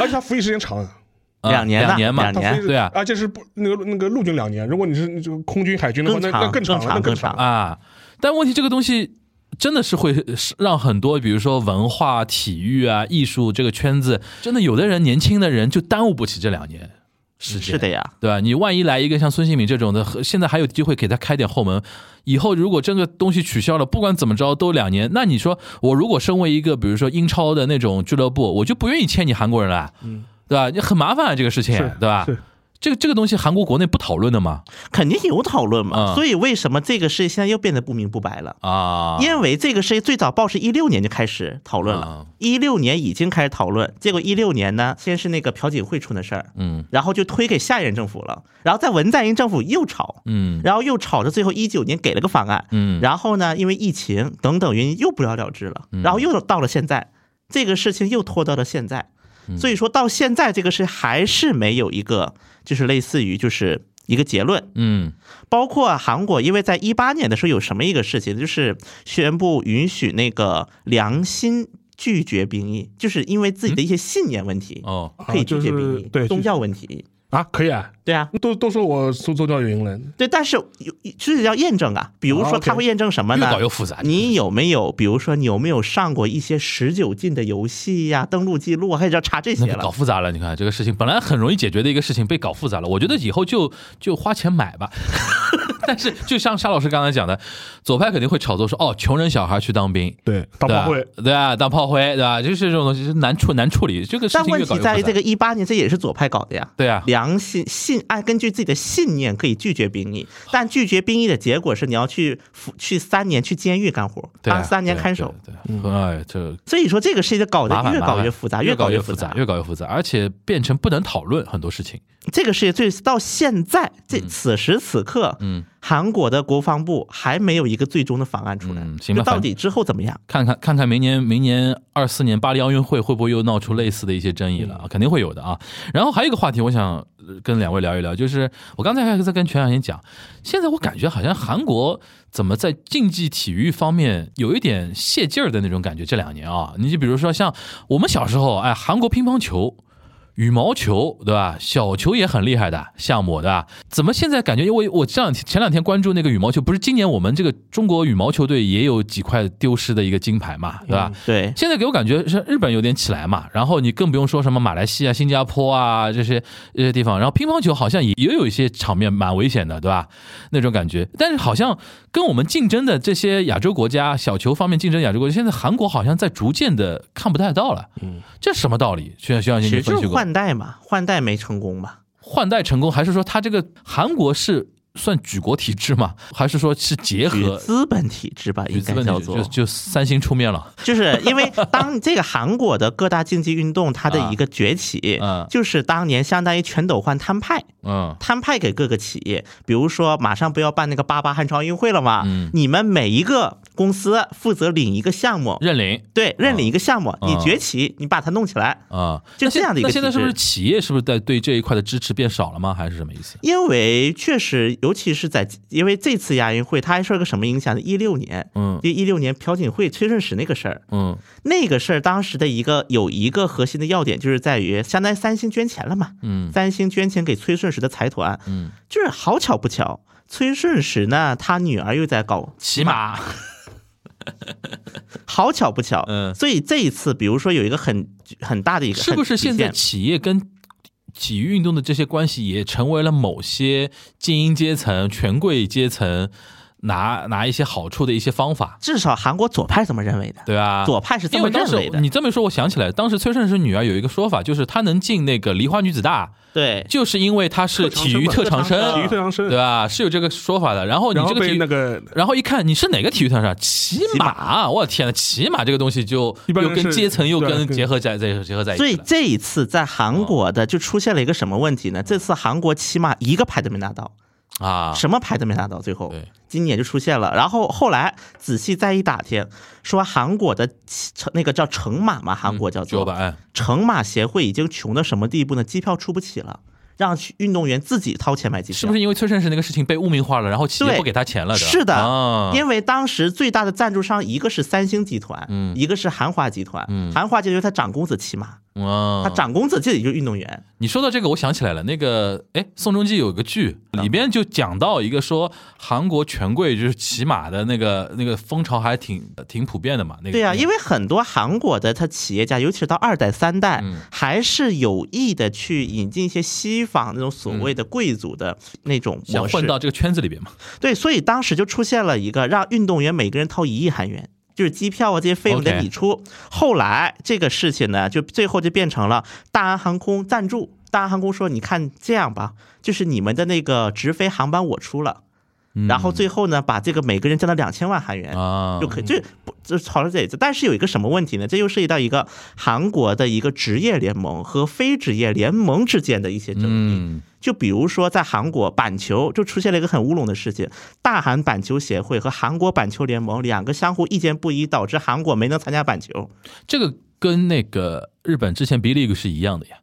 Speaker 4: 而且他服役时间长啊，
Speaker 5: 啊
Speaker 3: 两年吧
Speaker 5: 两年嘛，
Speaker 3: 两
Speaker 4: 他
Speaker 3: 年
Speaker 4: 服役
Speaker 5: 对啊
Speaker 4: 而且是不那个那个陆军两年，如果你是这个空军海军的话，那
Speaker 3: 更长
Speaker 4: 那更长了，那
Speaker 3: 更
Speaker 4: 更
Speaker 3: 长
Speaker 4: 了。
Speaker 5: 啊，但问题这个东西真的是会是让很多，比如说文化、体育啊、艺术这个圈子，真的有的人年轻的人就耽误不起这两年时间。
Speaker 3: 是的呀。
Speaker 5: 对吧？你万一来一个像孙兴敏这种的，和现在还有机会给他开点后门。以后如果这个东西取消了，不管怎么着都两年。那你说我如果身为一个比如说英超的那种俱乐部，我就不愿意签你韩国人了，嗯，对吧？你很麻烦、啊、这个事情，
Speaker 4: 是
Speaker 5: 对吧
Speaker 4: 是？
Speaker 5: 这个这个东西韩国国内不讨论的嘛？
Speaker 3: 肯定有讨论
Speaker 5: 嗯
Speaker 3: 嘛。所以为什么这个事现在又变得不明不白了？
Speaker 5: 啊，
Speaker 3: 因为这个事最早报是一六年就开始讨论了
Speaker 5: 啊，
Speaker 3: 一六年已经开始讨论，结果一六年呢，先是那个朴槿惠出的事儿，
Speaker 5: 嗯
Speaker 3: 然后就推给下一任政府了，然后在文在寅政府又吵，
Speaker 5: 嗯
Speaker 3: 然后又吵着最后一九年给了个方案，
Speaker 5: 嗯，
Speaker 3: 然后呢，因为疫情等等原因又不了了之了，
Speaker 4: 嗯
Speaker 3: 然后又到了现在，这个事情又拖到了现在，
Speaker 4: 嗯
Speaker 3: 所以说到现在这个事还是没有一个就是类似于就是一个结论，
Speaker 5: 嗯
Speaker 3: 包括韩国，因为在一八年的时候有什么一个事情，就是宣布允许那个良心拒绝兵役，就是因为自己的一些信念问题，
Speaker 5: 哦，
Speaker 3: 可以拒绝
Speaker 4: 啊就
Speaker 3: 兵
Speaker 4: 是
Speaker 3: 役，
Speaker 4: 对
Speaker 3: 宗教问题，
Speaker 4: 啊，可以啊，
Speaker 3: 对啊，
Speaker 4: 都都说我宗宗教原因了，
Speaker 3: 对，但是有就是要验证啊，比如
Speaker 4: 哦
Speaker 3: 说
Speaker 4: ，OK
Speaker 3: 他会验证什么
Speaker 5: 越
Speaker 3: 呢？
Speaker 5: 搞越复杂。
Speaker 3: 你有没有，比如说你有没有上过一些十九禁的游戏呀、登录记录啊，开始要查这
Speaker 5: 那
Speaker 3: 些
Speaker 5: 个搞
Speaker 3: 了。
Speaker 5: 复杂了，你看这个事情本来很容易解决的一个事情被搞复杂了，我觉得以后就就花钱买吧。 *laughs* 但是就像沙老师刚才讲的，左派肯定会炒作说哦，穷人小孩去当兵，
Speaker 4: 对，当
Speaker 5: 对吧
Speaker 4: 炮灰，
Speaker 5: 对啊，当炮灰，对吧？就是这种东西就是难处难处理，这个事
Speaker 3: 但
Speaker 5: 情
Speaker 3: 问
Speaker 5: 越搞越
Speaker 3: 题
Speaker 5: 复
Speaker 3: 在于这
Speaker 5: 杂。
Speaker 3: 个一八年，这也是左派搞的呀。
Speaker 5: 对啊，
Speaker 3: 良心信按根据自己的信念可以拒绝兵役，
Speaker 5: 啊
Speaker 3: 但拒绝兵役的结果是你要去服去三年去监狱干活，
Speaker 5: 对啊
Speaker 3: 当三年看守。，
Speaker 5: 对啊对啊对啊哎，这
Speaker 3: 所以说这个事情搞
Speaker 5: 麻
Speaker 3: 得
Speaker 5: 烦
Speaker 3: 越
Speaker 5: 麻
Speaker 3: 搞
Speaker 5: 烦
Speaker 3: 越复杂，
Speaker 5: 越
Speaker 3: 搞
Speaker 5: 越
Speaker 3: 复杂。
Speaker 5: 越搞越复杂，而且变成不能讨论很多事情。
Speaker 3: 这个事情最到现在这此时此刻，
Speaker 5: 嗯，
Speaker 3: 韩国的国防部还没有一个最终的方案出来
Speaker 5: 嗯，行吧
Speaker 3: 就到
Speaker 5: 反
Speaker 3: 底之后怎么样？
Speaker 5: 看看看看明年明年二四年巴黎奥运会会不会又闹出类似的一些争议了啊？肯定会有的啊。然后还有一个话题，我想呃跟两位聊一聊，就是我刚才还在跟全小贤讲，现在我感觉好像韩国怎么在竞技体育方面有一点泄劲儿的那种感觉。这两年啊，你就比如说像我们小时候，哎，韩国乒乓球。羽毛球对吧？小球也很厉害的项目对吧？怎么现在感觉？因为我这两天前两天关注那个羽毛球，不是今年我们这个中国羽毛球队也有几块丢失的一个金牌嘛，对吧？
Speaker 3: 对，
Speaker 5: 现在给我感觉是日本有点起来嘛，然后你更不用说什么马来西亚、新加坡啊这些这些地方，然后乒乓球好像也也有一些场面蛮危险的，对吧？那种感觉，但是好像跟我们竞争的这些亚洲国家小球方面竞争亚洲国家，现在韩国好像在逐渐的看不太到了，嗯，这什么道理？徐徐小新，
Speaker 3: 其
Speaker 5: 你
Speaker 3: 实
Speaker 5: 分
Speaker 3: 就是
Speaker 5: 析过？
Speaker 3: 换代嘛，换代没成功嘛。
Speaker 5: 换代成功，还是说他这个韩国是算举国体制吗？还是说是结
Speaker 3: 举
Speaker 5: 合
Speaker 3: 资本体制吧，应
Speaker 5: 举资
Speaker 3: 该
Speaker 5: 本体
Speaker 3: 叫
Speaker 5: 制
Speaker 3: 做
Speaker 5: 就，就三星出面了？
Speaker 3: 就是 *laughs* 因为当这个韩国的各大竞技运动它的一个崛起
Speaker 5: 啊嗯，
Speaker 3: 就是当年相当于全斗焕摊派，
Speaker 5: 嗯
Speaker 3: 摊派给各个企业，比如说马上不要办那个八八汉城奥运会了嘛
Speaker 5: 嗯，
Speaker 3: 你们每一个公司负责领一个项目，
Speaker 5: 认领
Speaker 3: 对，认领一个项目，你
Speaker 5: 嗯
Speaker 3: 崛起，你把它弄起来。
Speaker 5: 啊，
Speaker 3: 就
Speaker 5: 那现
Speaker 3: 这样的一个
Speaker 5: 那现在
Speaker 3: 体
Speaker 5: 是
Speaker 3: 制
Speaker 5: 不是企业是不是在对这一块的支持变少了吗？还是什么意思？
Speaker 3: 因为确实，尤其是在因为这次亚运会，它还受一个什么影响呢？一六年，
Speaker 5: 嗯
Speaker 3: 就一六年朴槿惠崔顺实那个事儿，
Speaker 5: 嗯
Speaker 3: 那个事儿当时的一个有一个核心的要点，就是在于相当于三星捐钱了嘛，
Speaker 5: 嗯
Speaker 3: 三星捐钱给崔顺实的财团，
Speaker 5: 嗯，
Speaker 3: 就是好巧不巧，崔顺实呢，他女儿又在搞
Speaker 5: 骑马，
Speaker 3: 好巧不巧，
Speaker 5: 嗯
Speaker 3: 所以这一次，比如说有一个很很大的一个，
Speaker 5: 是不是
Speaker 3: 很
Speaker 5: 现在
Speaker 3: 体现
Speaker 5: 企业跟体育运动的这些关系也成为了某些精英阶层、权贵阶层拿拿一些好处的一些方法，
Speaker 3: 至少韩国左派这么认为的，
Speaker 5: 对吧？
Speaker 3: 左派是这
Speaker 5: 因
Speaker 3: 么
Speaker 5: 为当
Speaker 3: 认
Speaker 5: 时
Speaker 3: 啊为的，
Speaker 5: 你这么一说，我想起来，当时崔胜是女儿有一个说法，就是她能进那个梨花女子大，
Speaker 3: 对，
Speaker 5: 就是因为她是体育特长
Speaker 3: 特
Speaker 4: 体育
Speaker 3: 长生
Speaker 5: 生，
Speaker 4: 特长生
Speaker 5: 对，吧？是有这个说法的。然哦后你
Speaker 4: 然后
Speaker 5: 这个体
Speaker 4: 被那
Speaker 5: 育，
Speaker 4: 个
Speaker 5: 然后一看你是哪个体育特长生，骑马，我天呐，骑马这个东西就
Speaker 4: 一般
Speaker 5: 又
Speaker 4: 人
Speaker 5: 跟
Speaker 4: 是
Speaker 5: 阶层又
Speaker 4: 对
Speaker 5: 跟
Speaker 4: 跟
Speaker 5: 结合在在结合在一
Speaker 3: 所
Speaker 5: 起
Speaker 3: 以
Speaker 5: 了。
Speaker 3: 这一次在韩国的就出现了一个什么问题呢？这次韩国起码一个牌都没拿到，
Speaker 5: 啊，
Speaker 3: 什么牌都没拿到，最后
Speaker 5: 对
Speaker 3: 今年就出现了。然后后来仔细再一打听，说韩国的骑乘那个叫乘马
Speaker 5: 嗯
Speaker 3: 嘛，韩国叫
Speaker 5: 九
Speaker 3: 做
Speaker 5: 百，
Speaker 3: 乘马协会已经穷到什么地步呢？机票出不起了，让运动员自己掏钱买机票，
Speaker 5: 是不是因为崔胜是那个事情被污名化了，然后企业
Speaker 3: 对
Speaker 5: 不给他钱了？
Speaker 3: 是的，
Speaker 5: 啊，
Speaker 3: 因为当时最大的赞助商一个是三星集团，
Speaker 5: 嗯
Speaker 3: 一个是韩华集团，
Speaker 5: 嗯
Speaker 3: 韩华集团他长公子骑马，
Speaker 5: 啊
Speaker 3: 他长公子自己就是运动员，
Speaker 5: 你说到这个，我想起来了，那个哎，宋仲基有个剧里边就讲到一个说韩国权贵就是骑马的那个那个风潮还挺挺普遍的嘛。那个
Speaker 3: 对啊呀、
Speaker 5: 那个
Speaker 3: 因为很多韩国的他企业家，尤其是到二代三代，
Speaker 5: 嗯
Speaker 3: 还是有意的去引进一些西方那种所谓的贵族的那种
Speaker 5: 嗯想
Speaker 3: 模式，
Speaker 5: 混到这个圈子里边嘛。
Speaker 3: 对，所以当时就出现了一个让运动员每个人掏一亿韩元。就是机票啊，这些费用得
Speaker 5: OK
Speaker 3: 你出。后来这个事情呢，就最后就变成了大韩航空赞助。大韩航空说：“你看这样吧，就是你们的那个直飞航班我出了，
Speaker 5: 嗯
Speaker 3: 然后最后呢，把这个每个人降到两千万韩元，
Speaker 5: 啊
Speaker 3: 就可以，这不这好像这次，但是有一个什么问题呢？这又涉及到一个韩国的一个职业联盟和非职业联盟之间的一些争议。
Speaker 5: 嗯
Speaker 3: 就比如说，在韩国板球就出现了一个很乌龙的事情，大韩板球协会和韩国板球联盟两个相互意见不一，导致韩国没能参加板球。
Speaker 5: 这个跟那个日本之前 B League 是一样的呀。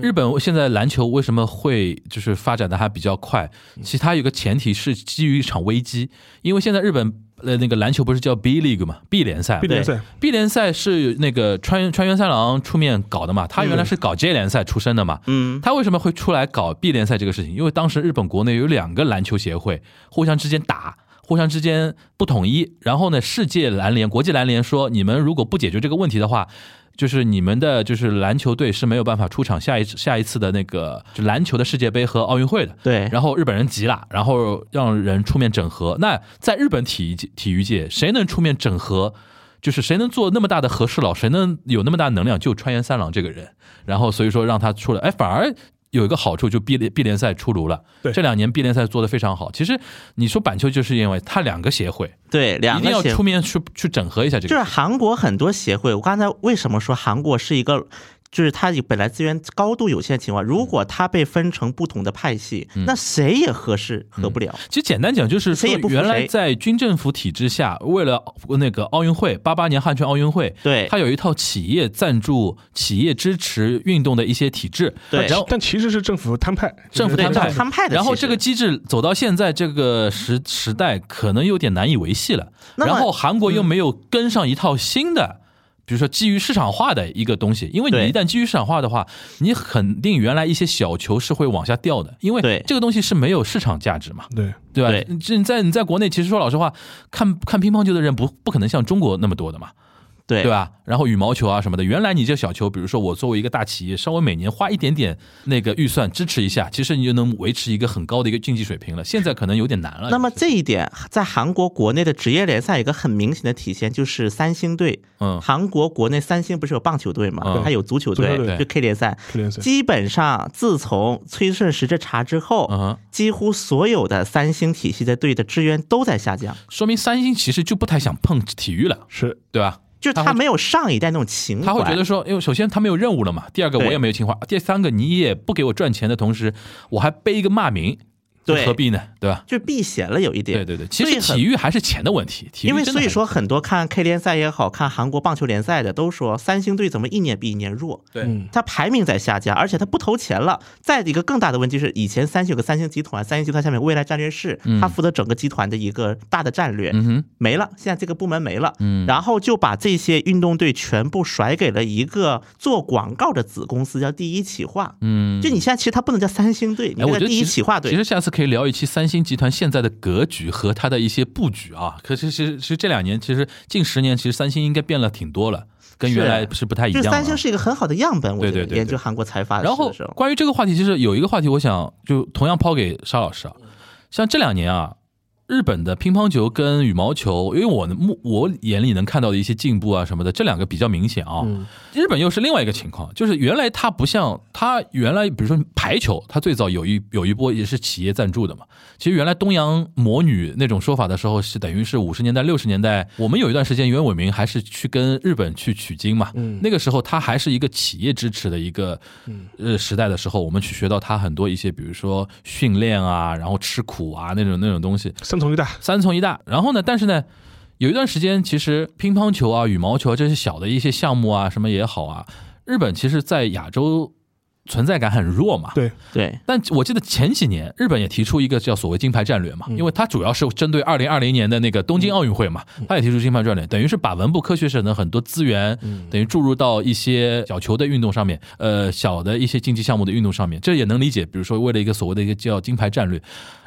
Speaker 5: 日本现在篮球为什么会就是发展的还比较快？其他有个前提是基于一场危机，因为现在日本呃那个篮球不是叫 B League 嘛，B 联赛嘛
Speaker 4: 毕联赛，
Speaker 5: B 联赛是那个川川原三郎出面搞的嘛，他原来是搞 J 联赛出身的嘛，
Speaker 3: 嗯，
Speaker 5: 他为什么会出来搞 B 联赛这个事情？因为当时日本国内有两个篮球协会互相之间打，互相之间不统一，然后呢，世界篮联、国际篮联说，你们如果不解决这个问题的话。就是你们的，就是篮球队是没有办法出场下一下一次的那个就篮球的世界杯和奥运会的。
Speaker 3: 对，
Speaker 5: 然后日本人急了，然后让人出面整合。那在日本体育界体育界，谁能出面整合？就是谁能做那么大的和事佬，谁能有那么大能量，就川原三郎这个人。然后所以说让他出来，哎，反而有一个好处，就 B 联 B 联赛出炉了。
Speaker 4: 对
Speaker 5: 这两年 B 联赛做得非常好。其实你说板球，就是因为他两个协会
Speaker 3: 对，
Speaker 5: 一
Speaker 3: 两
Speaker 5: 定
Speaker 3: 个
Speaker 5: 要
Speaker 3: 协
Speaker 5: 出面去去整合一下这
Speaker 3: 就是
Speaker 5: 个。
Speaker 3: 韩国很多协会，我刚才为什么说韩国是一个，就是它本来资源高度有限的情况，如果它被分成不同的派系，
Speaker 5: 嗯
Speaker 3: 那谁也合适合不了。
Speaker 5: 其实简单讲，就是说
Speaker 3: 谁也不服
Speaker 5: 原来
Speaker 3: 谁
Speaker 5: 在军政府体制下，为了那个奥运会，八八年汉城奥运会，
Speaker 3: 对
Speaker 5: 它有一套企业赞助、企业支持运动的一些体制，
Speaker 3: 对
Speaker 5: 然后
Speaker 4: 但其实是政府摊派，
Speaker 5: 政府
Speaker 4: 就是
Speaker 5: 摊派
Speaker 3: 摊派的。
Speaker 5: 然后这个，机制走到现在这个时时代，可能有点难以维系了。
Speaker 3: 那么嗯
Speaker 5: 然后韩国又没有跟上一套新的。比如说基于市场化的一个东西，因为你
Speaker 3: 对
Speaker 5: 一旦基于市场化的话，你肯定原来一些小球是会往下掉的，因为
Speaker 3: 对
Speaker 5: 这个东西是没有市场价值嘛，
Speaker 4: 对，
Speaker 5: 对吧？
Speaker 3: 对
Speaker 5: 你这你在你在国内其实说老实话，看看乒乓球的人不不可能像中国那么多的嘛，
Speaker 3: 对
Speaker 5: 对？吧？然后羽毛球啊什么的，原来你这小球，比如说我作为一个大企业，稍微每年花一点点那个预算支持一下，其实你就能维持一个很高的一个竞技水平了。现在可能有点难了。
Speaker 3: 那么这一点在韩国国内的职业联赛有一个很明显的体现，就是三星队。
Speaker 5: 嗯
Speaker 3: 韩国国内三星不是有棒球队嘛
Speaker 5: 嗯，
Speaker 3: 还有足球队
Speaker 4: 足球，
Speaker 5: 队
Speaker 3: 就 K 联赛。
Speaker 4: 毕联赛，
Speaker 3: 基本上自从崔顺实这茬之
Speaker 5: 嗯
Speaker 3: 后
Speaker 5: 哼，
Speaker 3: 几乎所有的三星体系的队的支援都在下降。
Speaker 5: 说明三星其实就不太想碰体育了，
Speaker 4: 是
Speaker 5: 对吧？
Speaker 3: 就
Speaker 5: 他
Speaker 3: 他没有上一代那种情怀，
Speaker 5: 他会觉得说，因为首先他没有任务了嘛，第二个我
Speaker 3: 对
Speaker 5: 也没有情怀，第三个你也不给我赚钱的同时，我还背一个骂名，这
Speaker 3: 对
Speaker 5: 何必呢？对吧？
Speaker 3: 就避嫌了有一点。
Speaker 5: 对对对，其
Speaker 3: 所
Speaker 5: 实
Speaker 3: 以很
Speaker 5: 体育还是钱的问题，体育
Speaker 3: 因为
Speaker 5: 真的
Speaker 3: 所以
Speaker 5: 还是
Speaker 3: 说很多看 K 联赛也好看韩国棒球联赛的都说三星队怎么一年比一年弱，
Speaker 5: 对
Speaker 4: 嗯，
Speaker 3: 它排名在下降，而且它不投钱了。再一个更大的问题是，以前三星有个三星集团，三星集团下面有未来战略室，它负责整个集团的一个大的战略，
Speaker 5: 嗯哼
Speaker 3: 没了，现在这个部门没了，
Speaker 5: 嗯
Speaker 3: 然后就把这些运动队全部甩给了一个做广告的子公司，叫第一企划。
Speaker 5: 嗯，
Speaker 3: 就你现在其实它不能叫三星队，你
Speaker 5: 哎，我觉
Speaker 3: 叫
Speaker 5: 得
Speaker 3: 第
Speaker 5: 其
Speaker 3: 一
Speaker 5: 实
Speaker 3: 企划队
Speaker 5: 其。实下次可以聊一期三星集团现在的格局和它的一些布局啊。可是其实其实这两年，其实近十年，其实三星应该变了挺多了，跟原来是不太一
Speaker 3: 就
Speaker 5: 样
Speaker 3: 是
Speaker 5: 了。
Speaker 3: 三星是一个很好的样本，我觉
Speaker 5: 对对
Speaker 3: 得
Speaker 5: 对对
Speaker 3: 研究韩国财阀的
Speaker 5: 然后
Speaker 3: 事的时候，
Speaker 5: 关于这个话题，其实有一个话题，我想就同样抛给沙老师啊。像这两年啊，日本的乒乓球跟羽毛球，因为我的目我眼里能看到的一些进步啊什么的，这两个比较明显啊。
Speaker 3: 嗯
Speaker 5: 日本又是另外一个情况，就是原来它不像它原来，比如说排球，它最早有一有一波也是企业赞助的嘛。其实原来东洋魔女那种说法的时候，是等于是五十年代、六十年代，我们有一段时间袁伟民还是去跟日本去取经嘛。那个时候他还是一个企业支持的一个呃时代的时候，我们去学到他很多一些，比如说训练啊，然后吃苦啊那种那种东西。
Speaker 4: 三重一大，
Speaker 5: 三从一大。然后呢，但是呢，有一段时间，其实乒乓球啊、羽毛球啊这些小的一些项目啊，什么也好啊，日本其实在亚洲存在感很弱嘛。
Speaker 4: 对，
Speaker 3: 对
Speaker 5: 但我记得前几年日本也提出一个叫所谓金牌战略嘛，因为它主要是针对二零二零年的那个东京奥运会嘛，它也提出金牌战略，等于是把文部科学省的很多资源，等于注入到一些小球的运动上面，呃，小的一些竞技项目的运动上面，这也能理解。比如说为了一个所谓的一个叫金牌战略，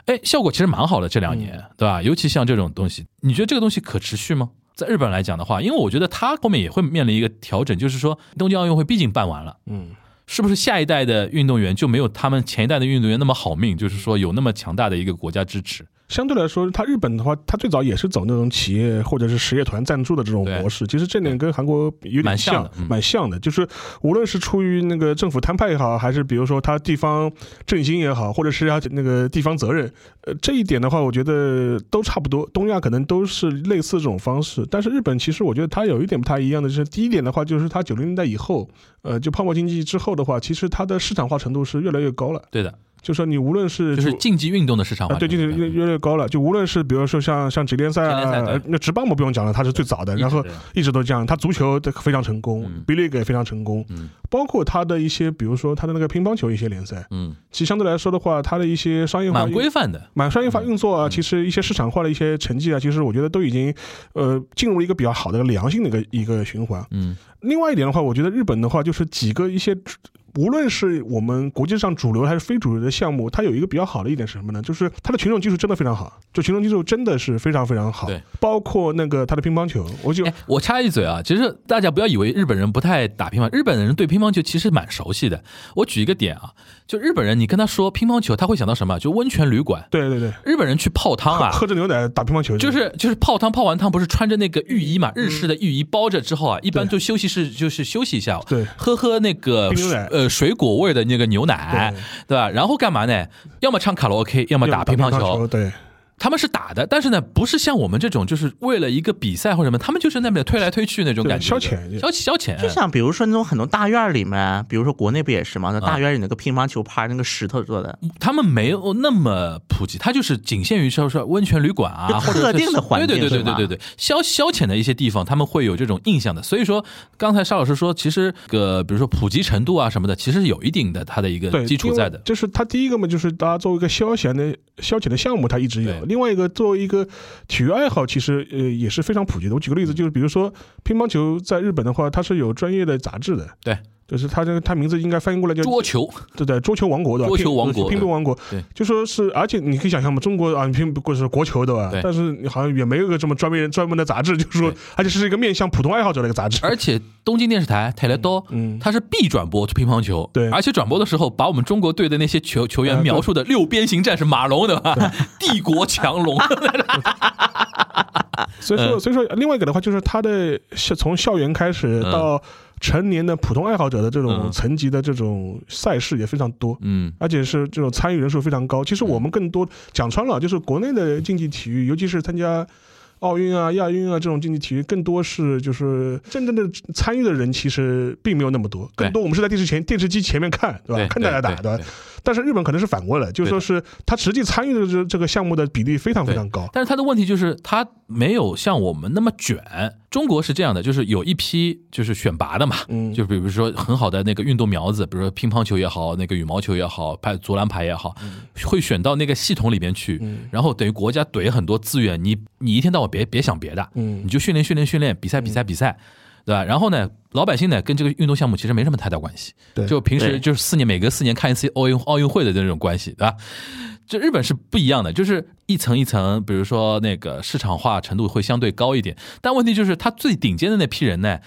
Speaker 5: 哎，效果其实蛮好的这两年，对吧？尤其像这种东西，你觉得这个东西可持续吗？在日本来讲的话，因为我觉得它后面也会面临一个调整，就是说东京奥运会毕竟办完了，
Speaker 4: 嗯，
Speaker 5: 是不是下一代的运动员就没有他们前一代的运动员那么好命？就是说有那么强大的一个国家支持，
Speaker 4: 相对来说，它日本的话，它最早也是走那种企业或者是实业团赞助的这种
Speaker 5: 对
Speaker 4: 模式。其实这点跟韩国有点
Speaker 5: 蛮像
Speaker 4: 像，
Speaker 5: 的嗯
Speaker 4: 蛮像的。就是无论是出于那个政府摊派也好，还是比如说它地方振兴也好，或者是它那个地方责任，呃，这一点的话，我觉得都差不多。东亚可能都是类似这种方式，但是日本其实我觉得它有一点不太一样的，就是第一点的话，就是它九零年代以后，呃，就泡沫经济之后的话，其实它的市场化程度是越来越高了。
Speaker 5: 对的，
Speaker 4: 就说你无论是
Speaker 5: 就是
Speaker 4: 主
Speaker 5: 竞技运动的市场化
Speaker 4: 啊，对，
Speaker 5: 程
Speaker 4: 就
Speaker 5: 度，
Speaker 4: 是越越来越高了。就无论是比如说像像职联赛
Speaker 5: 职联赛
Speaker 4: 啊，
Speaker 5: 对
Speaker 4: 呃那职棒我不用讲了，它是最早的，
Speaker 5: 一直
Speaker 4: 然后
Speaker 5: 对
Speaker 4: 一直都这样。它足球的非常成功
Speaker 5: 嗯
Speaker 4: ，B League 也非常成功
Speaker 5: 嗯，
Speaker 4: 包括它的一些，比如说它的那个乒乓球一些联赛，
Speaker 5: 嗯，
Speaker 4: 其实相对来说的话，它的一些商业化
Speaker 5: 蛮
Speaker 4: 运。
Speaker 5: 规范的，
Speaker 4: 满商业化运作啊，
Speaker 5: 嗯
Speaker 4: 其实一些市场化的一些成绩啊，其实我觉得都已经，呃，进入一个比较好的良性的一个一个循环。
Speaker 5: 嗯
Speaker 4: 另外一点的话，我觉得日本的话，就是几个一些，无论是我们国际上主流还是非主流的项目，它有一个比较好的一点是什么呢？就是它的群众基础真的非常好，就群众基础真的是非常非常好。
Speaker 5: 对，
Speaker 4: 包括那个它的乒乓球，我就
Speaker 5: 哎，我插一嘴啊，其实大家不要以为日本人不太打乒乓，日本人对乒乓球其实蛮熟悉的。我举一个点啊，就日本人，你跟他说乒乓球，他会想到什么？就温泉旅馆，
Speaker 4: 对对对，
Speaker 5: 日本人去泡汤啊。
Speaker 4: 喝着牛奶打乒乓球，
Speaker 5: 就是就是泡汤，泡完汤不是穿着那个浴衣嘛？
Speaker 4: 嗯
Speaker 5: 日式的浴衣包着之后啊，一般就休息室就是休息一下，
Speaker 4: 对
Speaker 5: 喝喝那个
Speaker 4: 冰牛奶
Speaker 5: 呃水果味的那个牛奶，对吧？然后干嘛呢？要么唱卡拉 OK，要么打乒
Speaker 4: 乓
Speaker 5: 乓球。
Speaker 4: 对，
Speaker 5: 他们是打的，但是呢，不是像我们这种就是为了一个比赛或者什么，他们就是那边推来推去那种
Speaker 4: 对
Speaker 5: 感觉，
Speaker 4: 消遣
Speaker 5: 消消遣，
Speaker 3: 就像比如说那种很多大院儿里面，比如说国内不也是吗？那
Speaker 5: 嗯
Speaker 3: 大院儿里那个乒乓球拍，那个石头做的，
Speaker 5: 他们没有那么普及，它就是仅限于说说温泉旅馆啊，
Speaker 3: 就
Speaker 5: 或者
Speaker 3: 特
Speaker 5: 是
Speaker 3: 定的环境
Speaker 5: 对对对
Speaker 3: 是吧
Speaker 5: 对对对，消消遣的一些地方，他们会有这种印象的。所以说，刚才沙老师说，其实个比如说普及程度啊什么的，其实是有一定的它的一个
Speaker 4: 对，
Speaker 5: 基础在的
Speaker 4: 因为。就是它第一个嘛，就是大家作为一个消闲的消遣的项目，它一直有
Speaker 5: 对；
Speaker 4: 另外一个作为一个体育爱好，其实呃也是非常普及的。我举个例子，
Speaker 5: 嗯
Speaker 4: 就是比如说乒乓球，在日本的话，它是有专业的杂志的。
Speaker 5: 对。
Speaker 4: 就是它这个，它名字应该翻译过来叫
Speaker 5: 桌球，
Speaker 4: 对对，桌球王国的
Speaker 5: 桌球王国
Speaker 4: 乒乓王国，
Speaker 5: 对，
Speaker 4: 就说是，而且你可以想象嘛，中国啊，乒不过是国球对吧？
Speaker 5: 对
Speaker 4: 但是你好像也没有一个这么专门专门的杂志，就是说
Speaker 5: 对，
Speaker 4: 而且是一个面向普通爱好者的一个杂志。
Speaker 5: 而且东京电视台泰来多，
Speaker 4: 嗯，
Speaker 5: 它是必转播乒乓球，
Speaker 4: 对
Speaker 5: 而且转播的时候把我们中国队的那些球球员
Speaker 4: 呃对
Speaker 5: 描述的六边形战士马龙对吧？ *laughs* 帝国强
Speaker 4: *laughs*
Speaker 5: 龙，
Speaker 4: 所以说，
Speaker 5: 嗯
Speaker 4: 所以说，另外一个的话，就是他的校从校园开始
Speaker 5: 嗯
Speaker 4: 到成年的普通爱好者的这种
Speaker 5: 嗯
Speaker 4: 层级的这种赛事也非常多。
Speaker 5: 嗯，
Speaker 4: 而且是这种参与人数非常高。其实我们更多讲穿了，就是国内的竞技体育，尤其是参加奥运啊、亚运啊这种竞技体育，更多是就是真正的参与的人其实并没有那么多，
Speaker 5: 对
Speaker 4: 更多我们是在电视前电视机前面看，对吧？看大家打，
Speaker 5: 对
Speaker 4: 对吧？？但是日本可能是反过来，就是说是他实际参与的这这个项目的比例非常非常高。
Speaker 5: 但是他的问题就是他没有像我们那么卷。中国是这样的，就是有一批就是选拔的嘛，
Speaker 4: 嗯
Speaker 5: 就比如说很好的那个运动苗子，比如说乒乓球也好，那个羽毛球也好，拍足篮排也好，
Speaker 4: 嗯
Speaker 5: 会选到那个系统里面去，然后等于国家怼很多资源，你你一天到晚别别想别的，
Speaker 4: 嗯
Speaker 5: 你就训练训练训练，比赛比赛比赛。对吧？然后呢，老百姓呢跟这个运动项目其实没什么太大关系，
Speaker 4: 对
Speaker 5: 就平时
Speaker 3: 对
Speaker 5: 就是四年每隔四年看一次奥运奥运会的这种关系，对吧？这日本是不一样的，就是一层一层，比如说那个市场化程度会相对高一点，但问题就是他最顶尖的那批人呢。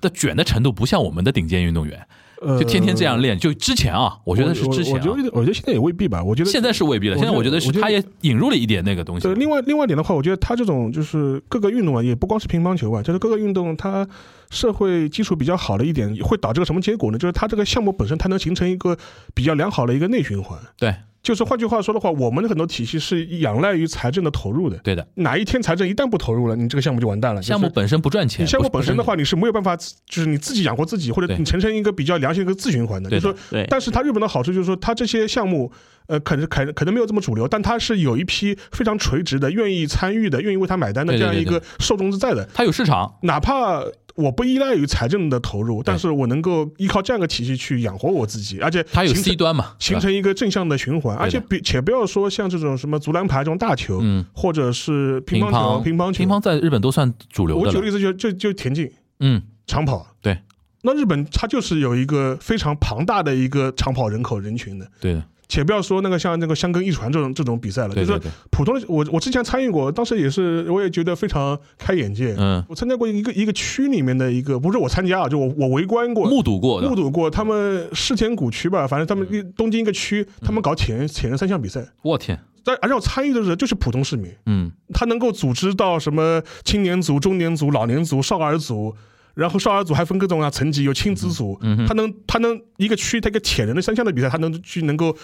Speaker 5: 的卷的程度不像我们的顶尖运动员，就天天这样
Speaker 4: 呃。
Speaker 5: 练。就之前啊，我觉得是之前
Speaker 4: 我
Speaker 5: 啊、
Speaker 4: 我我觉得我觉得现在也未必吧。我觉得
Speaker 5: 现在是未必的。
Speaker 4: 我
Speaker 5: 现
Speaker 4: 觉得
Speaker 5: 在我觉得是
Speaker 4: 我觉得
Speaker 5: 他也引入了一点那个东西
Speaker 4: 对，，另外另外一点的话，我觉得他这种就是各个运动啊，也不光是乒乓球啊，就是各个运动它社会基础比较好的一点，会导致个什么结果呢？就是它这个项目本身它能形成一个比较良好的一个内循环。
Speaker 5: 对
Speaker 4: 就是换句话说的话，我们的很多体系是仰赖于财政的投入的。
Speaker 5: 对的。
Speaker 4: 哪一天财政一旦不投入了，你这个项目就完蛋了。就是
Speaker 5: 项目本身不赚钱，
Speaker 4: 你项目
Speaker 5: 不
Speaker 4: 本身的，话，你是没有办法自，就是你自己养活自己，或者
Speaker 5: 对
Speaker 4: 你形成一个比较良性的一个自循环的。
Speaker 5: 对
Speaker 4: 就
Speaker 5: 的
Speaker 4: 是说，
Speaker 3: 对，
Speaker 4: 但是它日本的好处就是说，它这些项目，呃，可能可能可能没有这么主流，但它是有一批非常垂直的、愿意参与的、愿意为它买单的
Speaker 5: 对
Speaker 4: 这
Speaker 5: 对
Speaker 4: 样一
Speaker 5: 对
Speaker 4: 个受众是在的。
Speaker 5: 它有市场，
Speaker 4: 哪怕我不依赖于财政的投入，但是我能够依靠这样一个体系去养活我自己，而且
Speaker 5: 它有 C
Speaker 4: 形成
Speaker 5: 端嘛，
Speaker 4: 形
Speaker 5: 对吧
Speaker 4: 成一个正向的循环，而且比且不要说像这种什么足篮排这种大球，
Speaker 5: 嗯，
Speaker 4: 或者是乒乓球、
Speaker 5: 乓
Speaker 4: 乒乓球、
Speaker 5: 乒乓在日本都算主流
Speaker 4: 我
Speaker 5: 的
Speaker 4: 举个
Speaker 5: 了，
Speaker 4: 例子就就就田径、
Speaker 5: 嗯，
Speaker 4: 长跑。
Speaker 5: 对，
Speaker 4: 那日本它就是有一个非常庞大的一个长跑人口人群的。
Speaker 5: 对的，
Speaker 4: 且不要说那个像那个香根一传这种这种比赛了，
Speaker 5: 对
Speaker 4: 就
Speaker 5: 对
Speaker 4: 是
Speaker 5: 对，
Speaker 4: 普通的我我之前参与过，当时也是我也觉得非常开眼界。
Speaker 5: 嗯，
Speaker 4: 我参加过一个一个区里面的一个，不是我参加啊，就我我围观过。
Speaker 5: 目睹嗯过的
Speaker 4: 目，睹过他们世田谷区吧，反正他们一东京一个区，他
Speaker 5: 嗯
Speaker 4: 们搞铁人铁人三项比赛，
Speaker 5: 我天，
Speaker 4: 但而且我参与的人就是普通市民，
Speaker 5: 嗯，
Speaker 4: 他能够组织到什么青年组、中年组、老年组、少儿组，然后少儿组还分各种啊层级，有亲子组，
Speaker 5: 嗯哼
Speaker 4: 他能他能一个区他一个铁人的三项的比赛，他能去能够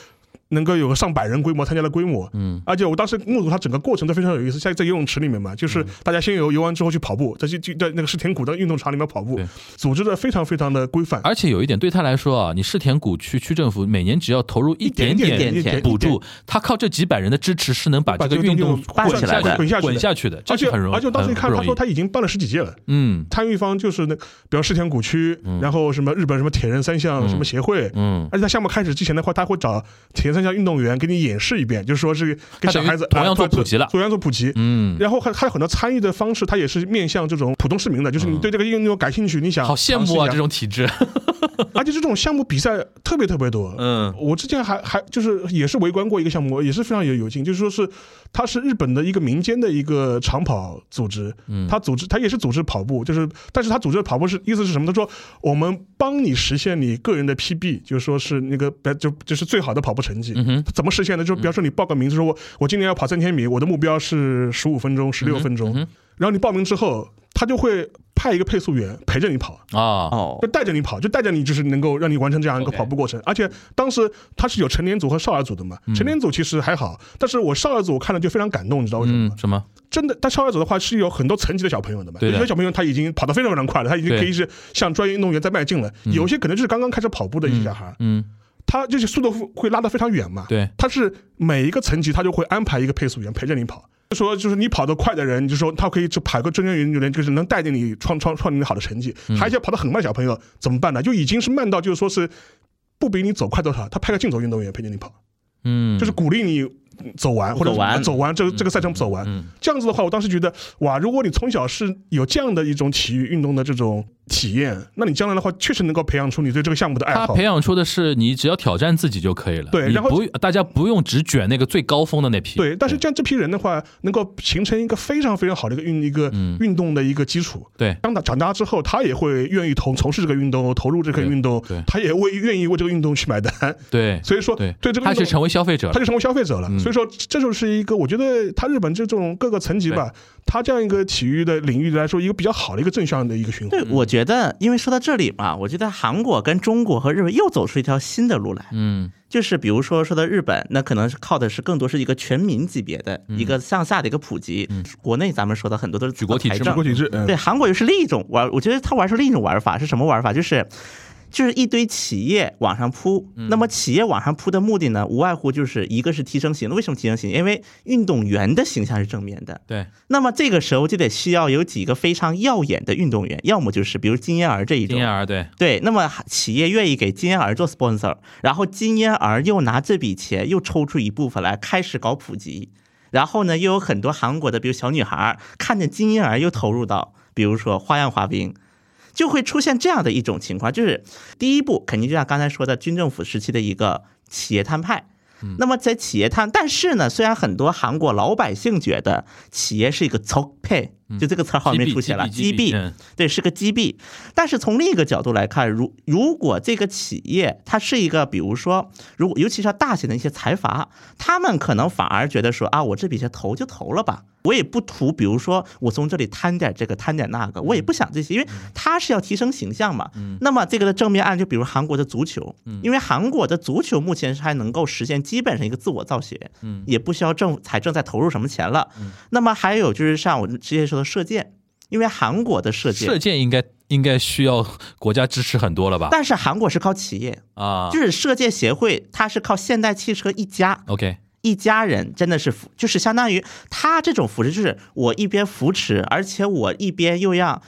Speaker 4: 能够有个上百人规模参加的规模，
Speaker 5: 嗯，
Speaker 4: 而且我当时目睹他整个过程都非常有意思，像在游泳池里面嘛，就是
Speaker 5: 嗯
Speaker 4: 大家先游游完之后去跑步，再去去在那个世田谷的运动场里面跑步
Speaker 5: 对，啊
Speaker 4: 组织的非常非常的规范，
Speaker 5: 而且有一点，对他来说啊，你世田谷区区政府每年只要投入一点
Speaker 4: 点
Speaker 3: 点
Speaker 4: 一点
Speaker 5: 补助，他靠这几百人的支持是能把这
Speaker 4: 把
Speaker 5: 个
Speaker 4: 这个
Speaker 5: 运动
Speaker 4: 运动办
Speaker 5: 滚
Speaker 3: 起来的
Speaker 5: 滚
Speaker 4: 滚
Speaker 5: 下去
Speaker 4: 下去
Speaker 5: 滚
Speaker 4: 的
Speaker 5: 下去的，
Speaker 4: 而
Speaker 5: 这
Speaker 4: 且
Speaker 5: 是很容易，
Speaker 4: 而且我当时
Speaker 5: 很
Speaker 4: 一看，
Speaker 5: 不
Speaker 4: 他
Speaker 5: 容易
Speaker 4: 说他已经办了十几届了。
Speaker 5: 嗯
Speaker 4: 参与方就是那，比如世田谷区，然后什么日本什么铁人三项什么协会，
Speaker 5: 嗯，
Speaker 4: 而且他项目开始之前的话，他会找铁人三项运动员给你演示一遍，就是说是
Speaker 5: 他
Speaker 4: 给小
Speaker 5: 等于
Speaker 4: 孩子
Speaker 5: 同样
Speaker 4: 啊
Speaker 5: 做普及了
Speaker 4: 同样做普及。
Speaker 5: 嗯，
Speaker 4: 然后还还有很多参与的方式，它也是面向这种普通市民的，就是你对这个运动感兴趣，你想
Speaker 5: 嗯好羡慕啊，这
Speaker 4: 尝试一下
Speaker 5: 种体
Speaker 4: *laughs*
Speaker 5: 制，
Speaker 4: 而且这种项目比赛特别特别多。
Speaker 5: 嗯，
Speaker 4: 我之前还还就是也是围观过一个项目，也是非常有有劲，就是说是它是日本的一个民间的一个长跑组织，
Speaker 5: 嗯
Speaker 4: 它组织它也是组织跑步，就是但是它组织的跑步是意思是什么？他说我们帮你实现你个人的 PB，就是说是那个就就是最好的跑步成绩。
Speaker 5: 嗯哼，
Speaker 4: 怎么实现呢？就比方说你报个名，就说我我今年要跑三千米，我的目标是十五分钟、十六分钟。
Speaker 5: 嗯
Speaker 4: 然后你报名之后，他就会派一个配速员陪着你跑，
Speaker 5: 啊，
Speaker 3: 哦
Speaker 4: 就，带着你跑，就带着你，就是能够让你完成这样一个
Speaker 5: OK
Speaker 4: 跑步过程。而且当时他是有成年组和少儿组的
Speaker 5: 嗯
Speaker 4: 嘛，成年组其实还好，但是我少儿组我看了就非常感动，你知道为什么吗？
Speaker 5: 嗯，什么？
Speaker 4: 真的，但少儿组的话是有很多层级的小朋友的嘛，
Speaker 5: 对
Speaker 4: 有
Speaker 5: 的
Speaker 4: 些小朋友他已经跑得非常非常快了，他已经
Speaker 5: 对
Speaker 4: 可以是向专业运动员在迈进了，有些可能就是刚刚开始跑步的一些小孩，
Speaker 5: 嗯，
Speaker 4: 他就是速度会拉得非常远嘛，
Speaker 5: 对，
Speaker 4: 他是每一个层级他就会安排一个配速员陪着你跑。就说就是你跑得快的人，你就说他可以就跑个专业运动员，就是能带着你创创创你好的成绩。
Speaker 5: 嗯
Speaker 4: 还有一些跑得很慢的小朋友怎么办呢？就已经是慢到就是说是不比你走快多少，他派个竞走运动员陪着你跑，
Speaker 5: 嗯，
Speaker 4: 就是鼓励你走完或者
Speaker 3: 走完
Speaker 4: 走完这个这个赛程走完。
Speaker 5: 嗯
Speaker 4: 这样子的话，我当时觉得哇，如果你从小是有这样的一种体育运动的这种体验，那你将来的话确实能够培养出你对这个项目的爱
Speaker 5: 他
Speaker 4: 好。
Speaker 5: 培养出的是你只要挑战自己就可以了，
Speaker 4: 对
Speaker 5: 你
Speaker 4: 然后
Speaker 5: 不大家不用只卷那个最高峰的那批，
Speaker 4: 对，但是这样这批人的话，能够形成一个非常非常好的一个运一个
Speaker 5: 嗯
Speaker 4: 运动的一个基础。
Speaker 5: 对
Speaker 4: 当他长大之后，他也会愿意投从事这个运动，投入这个
Speaker 5: 对
Speaker 4: 运动
Speaker 5: 对，
Speaker 4: 他也为愿意为这个运动去买单。
Speaker 5: 对
Speaker 4: 所以说，
Speaker 5: 对，
Speaker 4: 对这个
Speaker 5: 他
Speaker 4: 运动
Speaker 5: 是。成为消费者
Speaker 4: 他
Speaker 5: 了，
Speaker 4: 就成为消费者了，
Speaker 5: 嗯
Speaker 4: 所以说这就是一个我觉得他日本这种各个层级吧，他这样一个体育的领域来说，一个比较好的一个正向的一个循环
Speaker 3: 对。，
Speaker 5: 嗯
Speaker 3: 我觉得，因为说到这里嘛，我觉得韩国跟中国和日本又走出一条新的路来。
Speaker 5: 嗯
Speaker 3: 就是比如说说到日本，那可能是靠的是更多是一个全民级别的、一个向下的一个普及。国内咱们说的很多都是
Speaker 5: 嗯举国体制
Speaker 3: 财
Speaker 5: 嘛
Speaker 3: 政
Speaker 4: 国体制，嗯
Speaker 3: 对，韩国又是另一种玩，我觉得他玩出另一种玩法是什么玩法？就是就是一堆企业往上扑，
Speaker 5: 嗯
Speaker 3: 那么企业往上扑的目的呢，无外乎就是一个是提升型的。为什么提升型？因为运动员的形象是正面的，
Speaker 5: 对，
Speaker 3: 那么这个时候就得需要有几个非常耀眼的运动员，要么就是比如金燕儿这一
Speaker 5: 金
Speaker 3: 种
Speaker 5: 燕。儿啊对，
Speaker 3: 对，那么企业愿意给金燕儿做 sponsor，然后金燕儿又拿这笔钱又抽出一部分来开始搞普及，然后呢，又有很多韩国的，比如小女孩儿看见金燕儿又投入到，比如说花样滑冰。就会出现这样的一种情况，就是第一步肯定就像刚才说的军政府时期的一个企业摊派。
Speaker 5: 嗯
Speaker 3: 那么在企业摊，但是呢，虽然很多韩国老百姓觉得企业是一个 t o pay，就这个词儿好像没出现了，
Speaker 5: 嗯击
Speaker 3: 击
Speaker 5: 毙击毙击毙
Speaker 3: 毙
Speaker 5: 嗯，
Speaker 3: 对，是个击毙。但是从另一个角度来看，如如果这个企业它是一个，比如说，如果尤其是大型的一些财阀，他们可能反而觉得说啊，我这笔钱投就投了吧，我也不图，比如说我从这里摊点这个摊点那个，我也不想这些，因为他是要提升形象嘛。那么这个的正面案就比如韩国的足球，因为韩国的足球目前是还能够实现基本上一个自我造血，也不需要政府财政再投入什么钱了。那么还有就是像我之前说的射箭。因为韩国的射箭
Speaker 5: 射，箭应该应该需要国家支持很多了吧？
Speaker 3: 但是韩国是靠企业，
Speaker 5: 啊
Speaker 3: 就是射箭协会，它是靠现代汽车一家
Speaker 5: ，OK，
Speaker 3: 一家人，真的是扶，就是相当于他这种扶持，就是我一边扶持，而且我一边又让。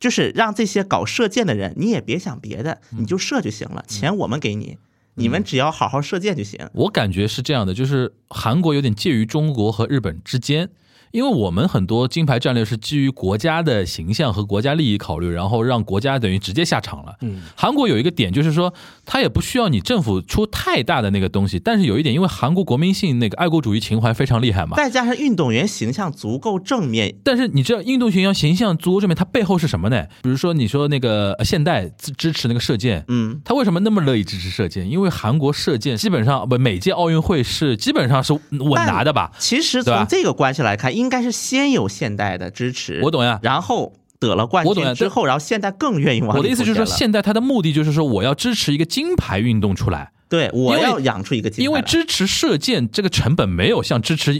Speaker 3: 就是让这些搞射箭的人，你也别想别的，
Speaker 5: 嗯
Speaker 3: 你就射就行了，钱我们给你，你们只要好好射箭就行。
Speaker 5: 我感觉是这样的，就是韩国有点介于中国和日本之间。因为我们很多金牌战略是基于国家的形象和国家利益考虑，然后让国家等于直接下场了。嗯，韩国有一个点就是说，它也不需要你政府出太大的那个东西，但是有一点，因为韩国国民性那个爱国主义情怀非常厉害嘛，
Speaker 3: 再加上运动员形象足够正面，
Speaker 5: 但是你知道运动学校形象足够证明它背后是什么呢？比如说你说那个呃现代支支持那个射箭，
Speaker 3: 嗯，
Speaker 5: 他为什么那么乐意支持射箭？因为韩国射箭基本上不每届奥运会是基本上是稳拿的吧？
Speaker 3: 其实
Speaker 5: 对吧
Speaker 3: 从这个关系来看，应该是先有现代的支持，
Speaker 5: 我懂呀
Speaker 3: 然后得了冠
Speaker 5: 我懂呀
Speaker 3: 军之后，然后现代更愿意往里
Speaker 5: 我的意思就是
Speaker 3: 投
Speaker 5: 说，
Speaker 3: 钱了
Speaker 5: 现在他的目的就是说，我要支持一个金牌运动出来，
Speaker 3: 对我
Speaker 5: 因为
Speaker 3: 要养出一个金牌
Speaker 5: 因为
Speaker 3: 来
Speaker 5: 支持射箭这个成本没有像支持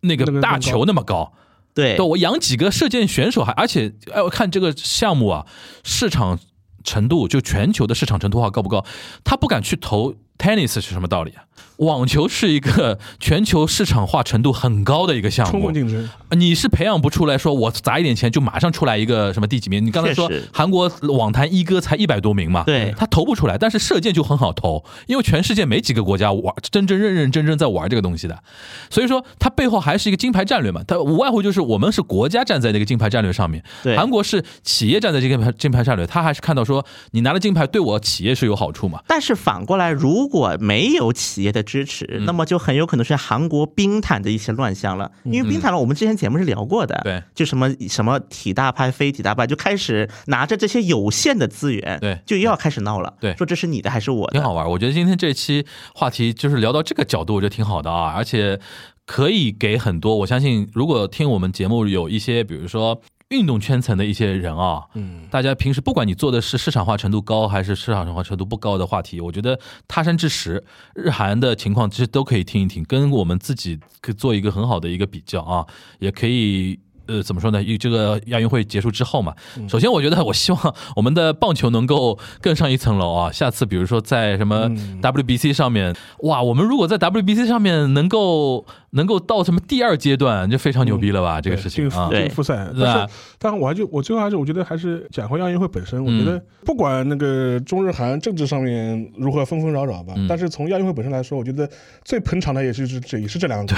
Speaker 5: 那
Speaker 4: 那个
Speaker 5: 个大
Speaker 4: 更高
Speaker 5: 球那么高。
Speaker 3: 对
Speaker 5: 对，我养几个射箭选手还，而且哎，我看这个项目啊，市场程度就全球的市场程度化高不高？他不敢去投 tennis 是什么道理啊？网球是一个全球市场化程度很高的一个项
Speaker 4: 充
Speaker 5: 目
Speaker 4: 分，竞争，
Speaker 5: 你是培养不出来说，我砸一点钱就马上出来一个什么第几名？你刚才说
Speaker 3: 确实
Speaker 5: 韩国网坛一哥才一百多名嘛，
Speaker 3: 对
Speaker 5: 他投不出来，但是射箭就很好投，因为全世界没几个国家玩真真认认真真在玩这个东西的，所以说它背后还是一个金牌战略嘛，它无外乎就是我们是国家站在这个金牌战略上面，
Speaker 3: 对
Speaker 5: 韩国是企业站在这个金牌金牌战略，他还是看到说你拿了金牌对我企业是有好处嘛，
Speaker 3: 但是反过来，如果没有企业的支持，
Speaker 5: 嗯
Speaker 3: 那么就很有可能是韩国冰坛的一些乱象了。因为冰坛了，我们之前节目是聊过的，
Speaker 5: 嗯对
Speaker 3: 就什么什么体大派、非体大派，就开始拿着这些有限的资源，
Speaker 5: 对
Speaker 3: 就又要开始闹了，
Speaker 5: 对
Speaker 3: 说这是你的还是我
Speaker 5: 挺
Speaker 3: 的？
Speaker 5: 好玩。我觉得今天这期话题就是聊到这个角度，我觉得挺好的啊，而且可以给很多我相信，如果听我们节目有一些，比如说。运动圈层的一些人啊，嗯，大家平时不管你做的是市场化程度高还是市场化程度不高的话题，我觉得他山之石，日韩的情况其实都可以听一听，跟我们自己可以做一个很好的一个比较啊，也可以呃，怎么说呢？因为这个亚运会结束之后嘛，首先我觉得我希望我们的棒球能够更上一层楼啊。下次比如说在什么
Speaker 4: 嗯
Speaker 5: WBC 上面，哇，我们如果在 WBC 上面能够能够到什么第二阶段，就非常牛逼了吧？这个
Speaker 4: 对
Speaker 5: 事情啊，
Speaker 3: 对
Speaker 4: 进复赛。
Speaker 5: 对
Speaker 4: 但
Speaker 5: 吧
Speaker 4: 是，但是我还就我最后还是我觉得还是讲回亚运会本身，我觉得不管那个中日韩政治上面如何纷纷扰扰吧，但是从亚运会本身来说，我觉得最捧场的也是这也是这两个，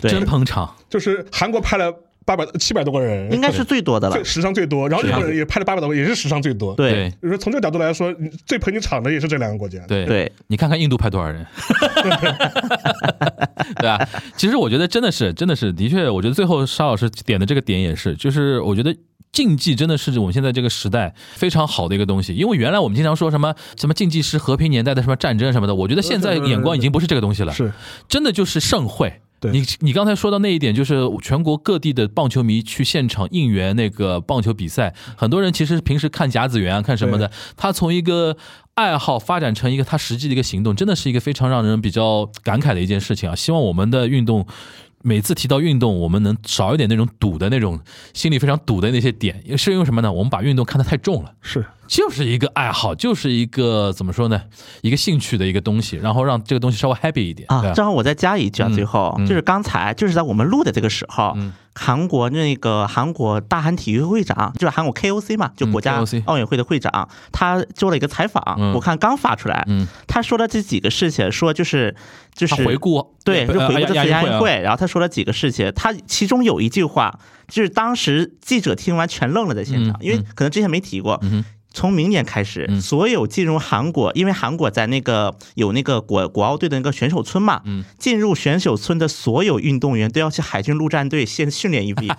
Speaker 3: 对
Speaker 5: 真捧场，
Speaker 4: 就是韩国派了八百七百多个人，
Speaker 3: 应该是最多的了
Speaker 4: 最。史上最多，然后日本人也派了八百多个，也是史上最多。，
Speaker 3: 对
Speaker 4: 就是从这个角度来说，最捧你场的也是这两个国家。
Speaker 5: 对
Speaker 3: 对，
Speaker 5: 你看看印度派多少人， *laughs* 对吧？其实我觉得真的是，真的是，的确，我觉得最后沙老师点的这个点也是，就是我觉得。竞技真的是我们现在这个时代非常好的一个东西，因为原来我们经常说什么什么竞技是和平年代的什么战争什么的，我觉得现在眼光已经不是这个东西了，
Speaker 4: 是
Speaker 5: 真的就是盛会。
Speaker 4: 对
Speaker 5: 你你刚才说到那一点，就是全国各地的棒球迷去现场应援那个棒球比赛，很多人其实平时看甲子园啊看什么的，他从一个爱好发展成一个他实际的一个行动，真的是一个非常让人比较感慨的一件事情啊！希望我们的运动。每次提到运动，我们能少一点那种赌的那种心里非常赌的那些点，是因为什么呢？我们把运动看得太重了。
Speaker 4: 是，
Speaker 5: 就是一个爱好，就是一个怎么说呢，一个兴趣的一个东西，然后让这个东西稍微 happy 一点
Speaker 3: 啊，
Speaker 5: 对
Speaker 3: 正好我再加一句啊，
Speaker 5: 嗯
Speaker 3: 最后
Speaker 5: 嗯
Speaker 3: 就是刚才就是在我们录的这个时候，韩国那个韩国大韩体育会长，就是韩国 KOC 嘛，就
Speaker 5: 嗯
Speaker 3: 国家
Speaker 5: ，KOC
Speaker 3: 奥运会的会长，他做了一个采访
Speaker 5: 嗯，
Speaker 3: 我看刚发出来
Speaker 5: 嗯，
Speaker 3: 他说了这几个事情，说就是就是
Speaker 5: 他回顾
Speaker 3: 对，就
Speaker 5: 呃
Speaker 3: 回顾这次亚运
Speaker 5: 啊
Speaker 3: 会，然后他说了几个事情，他其中有一句话，就是当时记者听完全愣了，在现场
Speaker 5: 嗯，
Speaker 3: 因为可能之前没提过
Speaker 5: 嗯哼。
Speaker 3: 从明年开始，
Speaker 5: 嗯
Speaker 3: 所有进入韩国，因为韩国在那个有那个国国奥队的那个选手村嘛，
Speaker 5: 嗯
Speaker 3: 进入选手村的所有运动员都要去海军陆战队先
Speaker 5: *laughs*
Speaker 3: 训练一遍。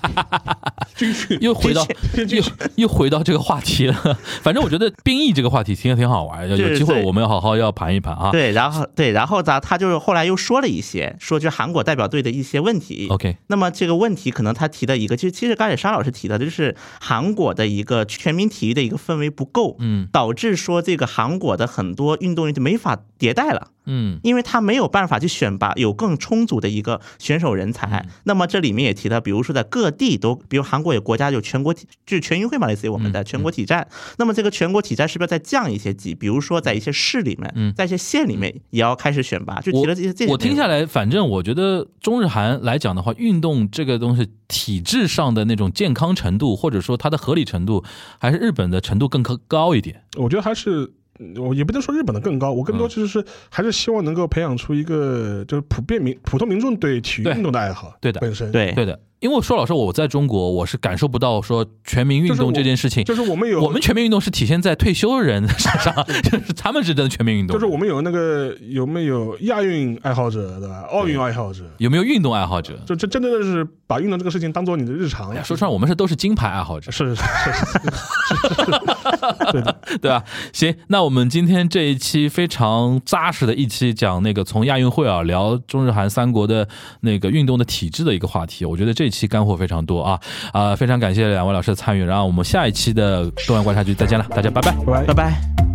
Speaker 5: 又回到又又回到这个话题了。反正我觉得兵役这个话题挺挺好玩，有有
Speaker 3: 对
Speaker 5: 机会
Speaker 3: 对
Speaker 5: 我们要好好要盘一盘啊。
Speaker 3: 对，然后对，然后咱他就是后来又说了一些，说就韩国代表队的一些问题。
Speaker 5: OK，
Speaker 3: 那么这个问题可能他提的一个，就其实刚才沙老师提的，就是韩国的一个全民体育的一个氛围不够，
Speaker 5: 嗯
Speaker 3: 导致说这个韩国的很多运动员就没法迭代了。
Speaker 5: 嗯
Speaker 3: 因为他没有办法去选拔有更充足的一个选手人
Speaker 5: 嗯
Speaker 3: 才。那么这里面也提到，比如说在各地都，比如韩国有国家有全国体，就是全运会嘛，类似于我们的
Speaker 5: 嗯
Speaker 3: 全国体战。那么这个全国体战是不是要再降一些级？比如说在一些市里
Speaker 5: 嗯
Speaker 3: 面，在一些县里面也要开始选拔，就提
Speaker 5: 我
Speaker 3: 了这些这些。
Speaker 5: 我听下，来，反正我觉得中日韩来讲的话，运动这个东西体制上的那种健康程度，或者说它的合理程度，还是日本的程度更高高一点。
Speaker 4: 我觉得还是。嗯我也不能说日本的更高，我更多
Speaker 5: 嗯
Speaker 4: 就是还是希望能够培养出一个就是普遍民普通民众对体育
Speaker 5: 对
Speaker 4: 运动的爱好，
Speaker 5: 对的
Speaker 4: 本身，
Speaker 3: 对
Speaker 5: 对的，因为说老实话，我在中国我是感受不到说全民运
Speaker 4: 就是我
Speaker 5: 动这件事情。
Speaker 4: 就是我们有
Speaker 5: 我们全民运动是体现在退休人身 *laughs* 上，就是他们是真的全民运动。
Speaker 4: 就是我们有那个有没有亚运爱好者对吧？奥运爱好者，
Speaker 5: 有没有运动爱好者？
Speaker 4: 就这真的是把运动这个事情当做你的日常
Speaker 5: 哎呀，
Speaker 4: 了。
Speaker 5: 说穿了，我们是都是金牌爱好者，
Speaker 4: 是是是是是，
Speaker 5: *laughs* 对吧？行，那我们今天这一期非常扎实的一期，讲那个从亚运会啊聊中日韩三国的那个运动的体制的一个话题，我觉得这一期干货非常多啊啊、非常感谢两位老师的参与，然后我们下一期的东亚观察局再见了，大家拜拜。
Speaker 4: 拜拜
Speaker 3: 拜。拜。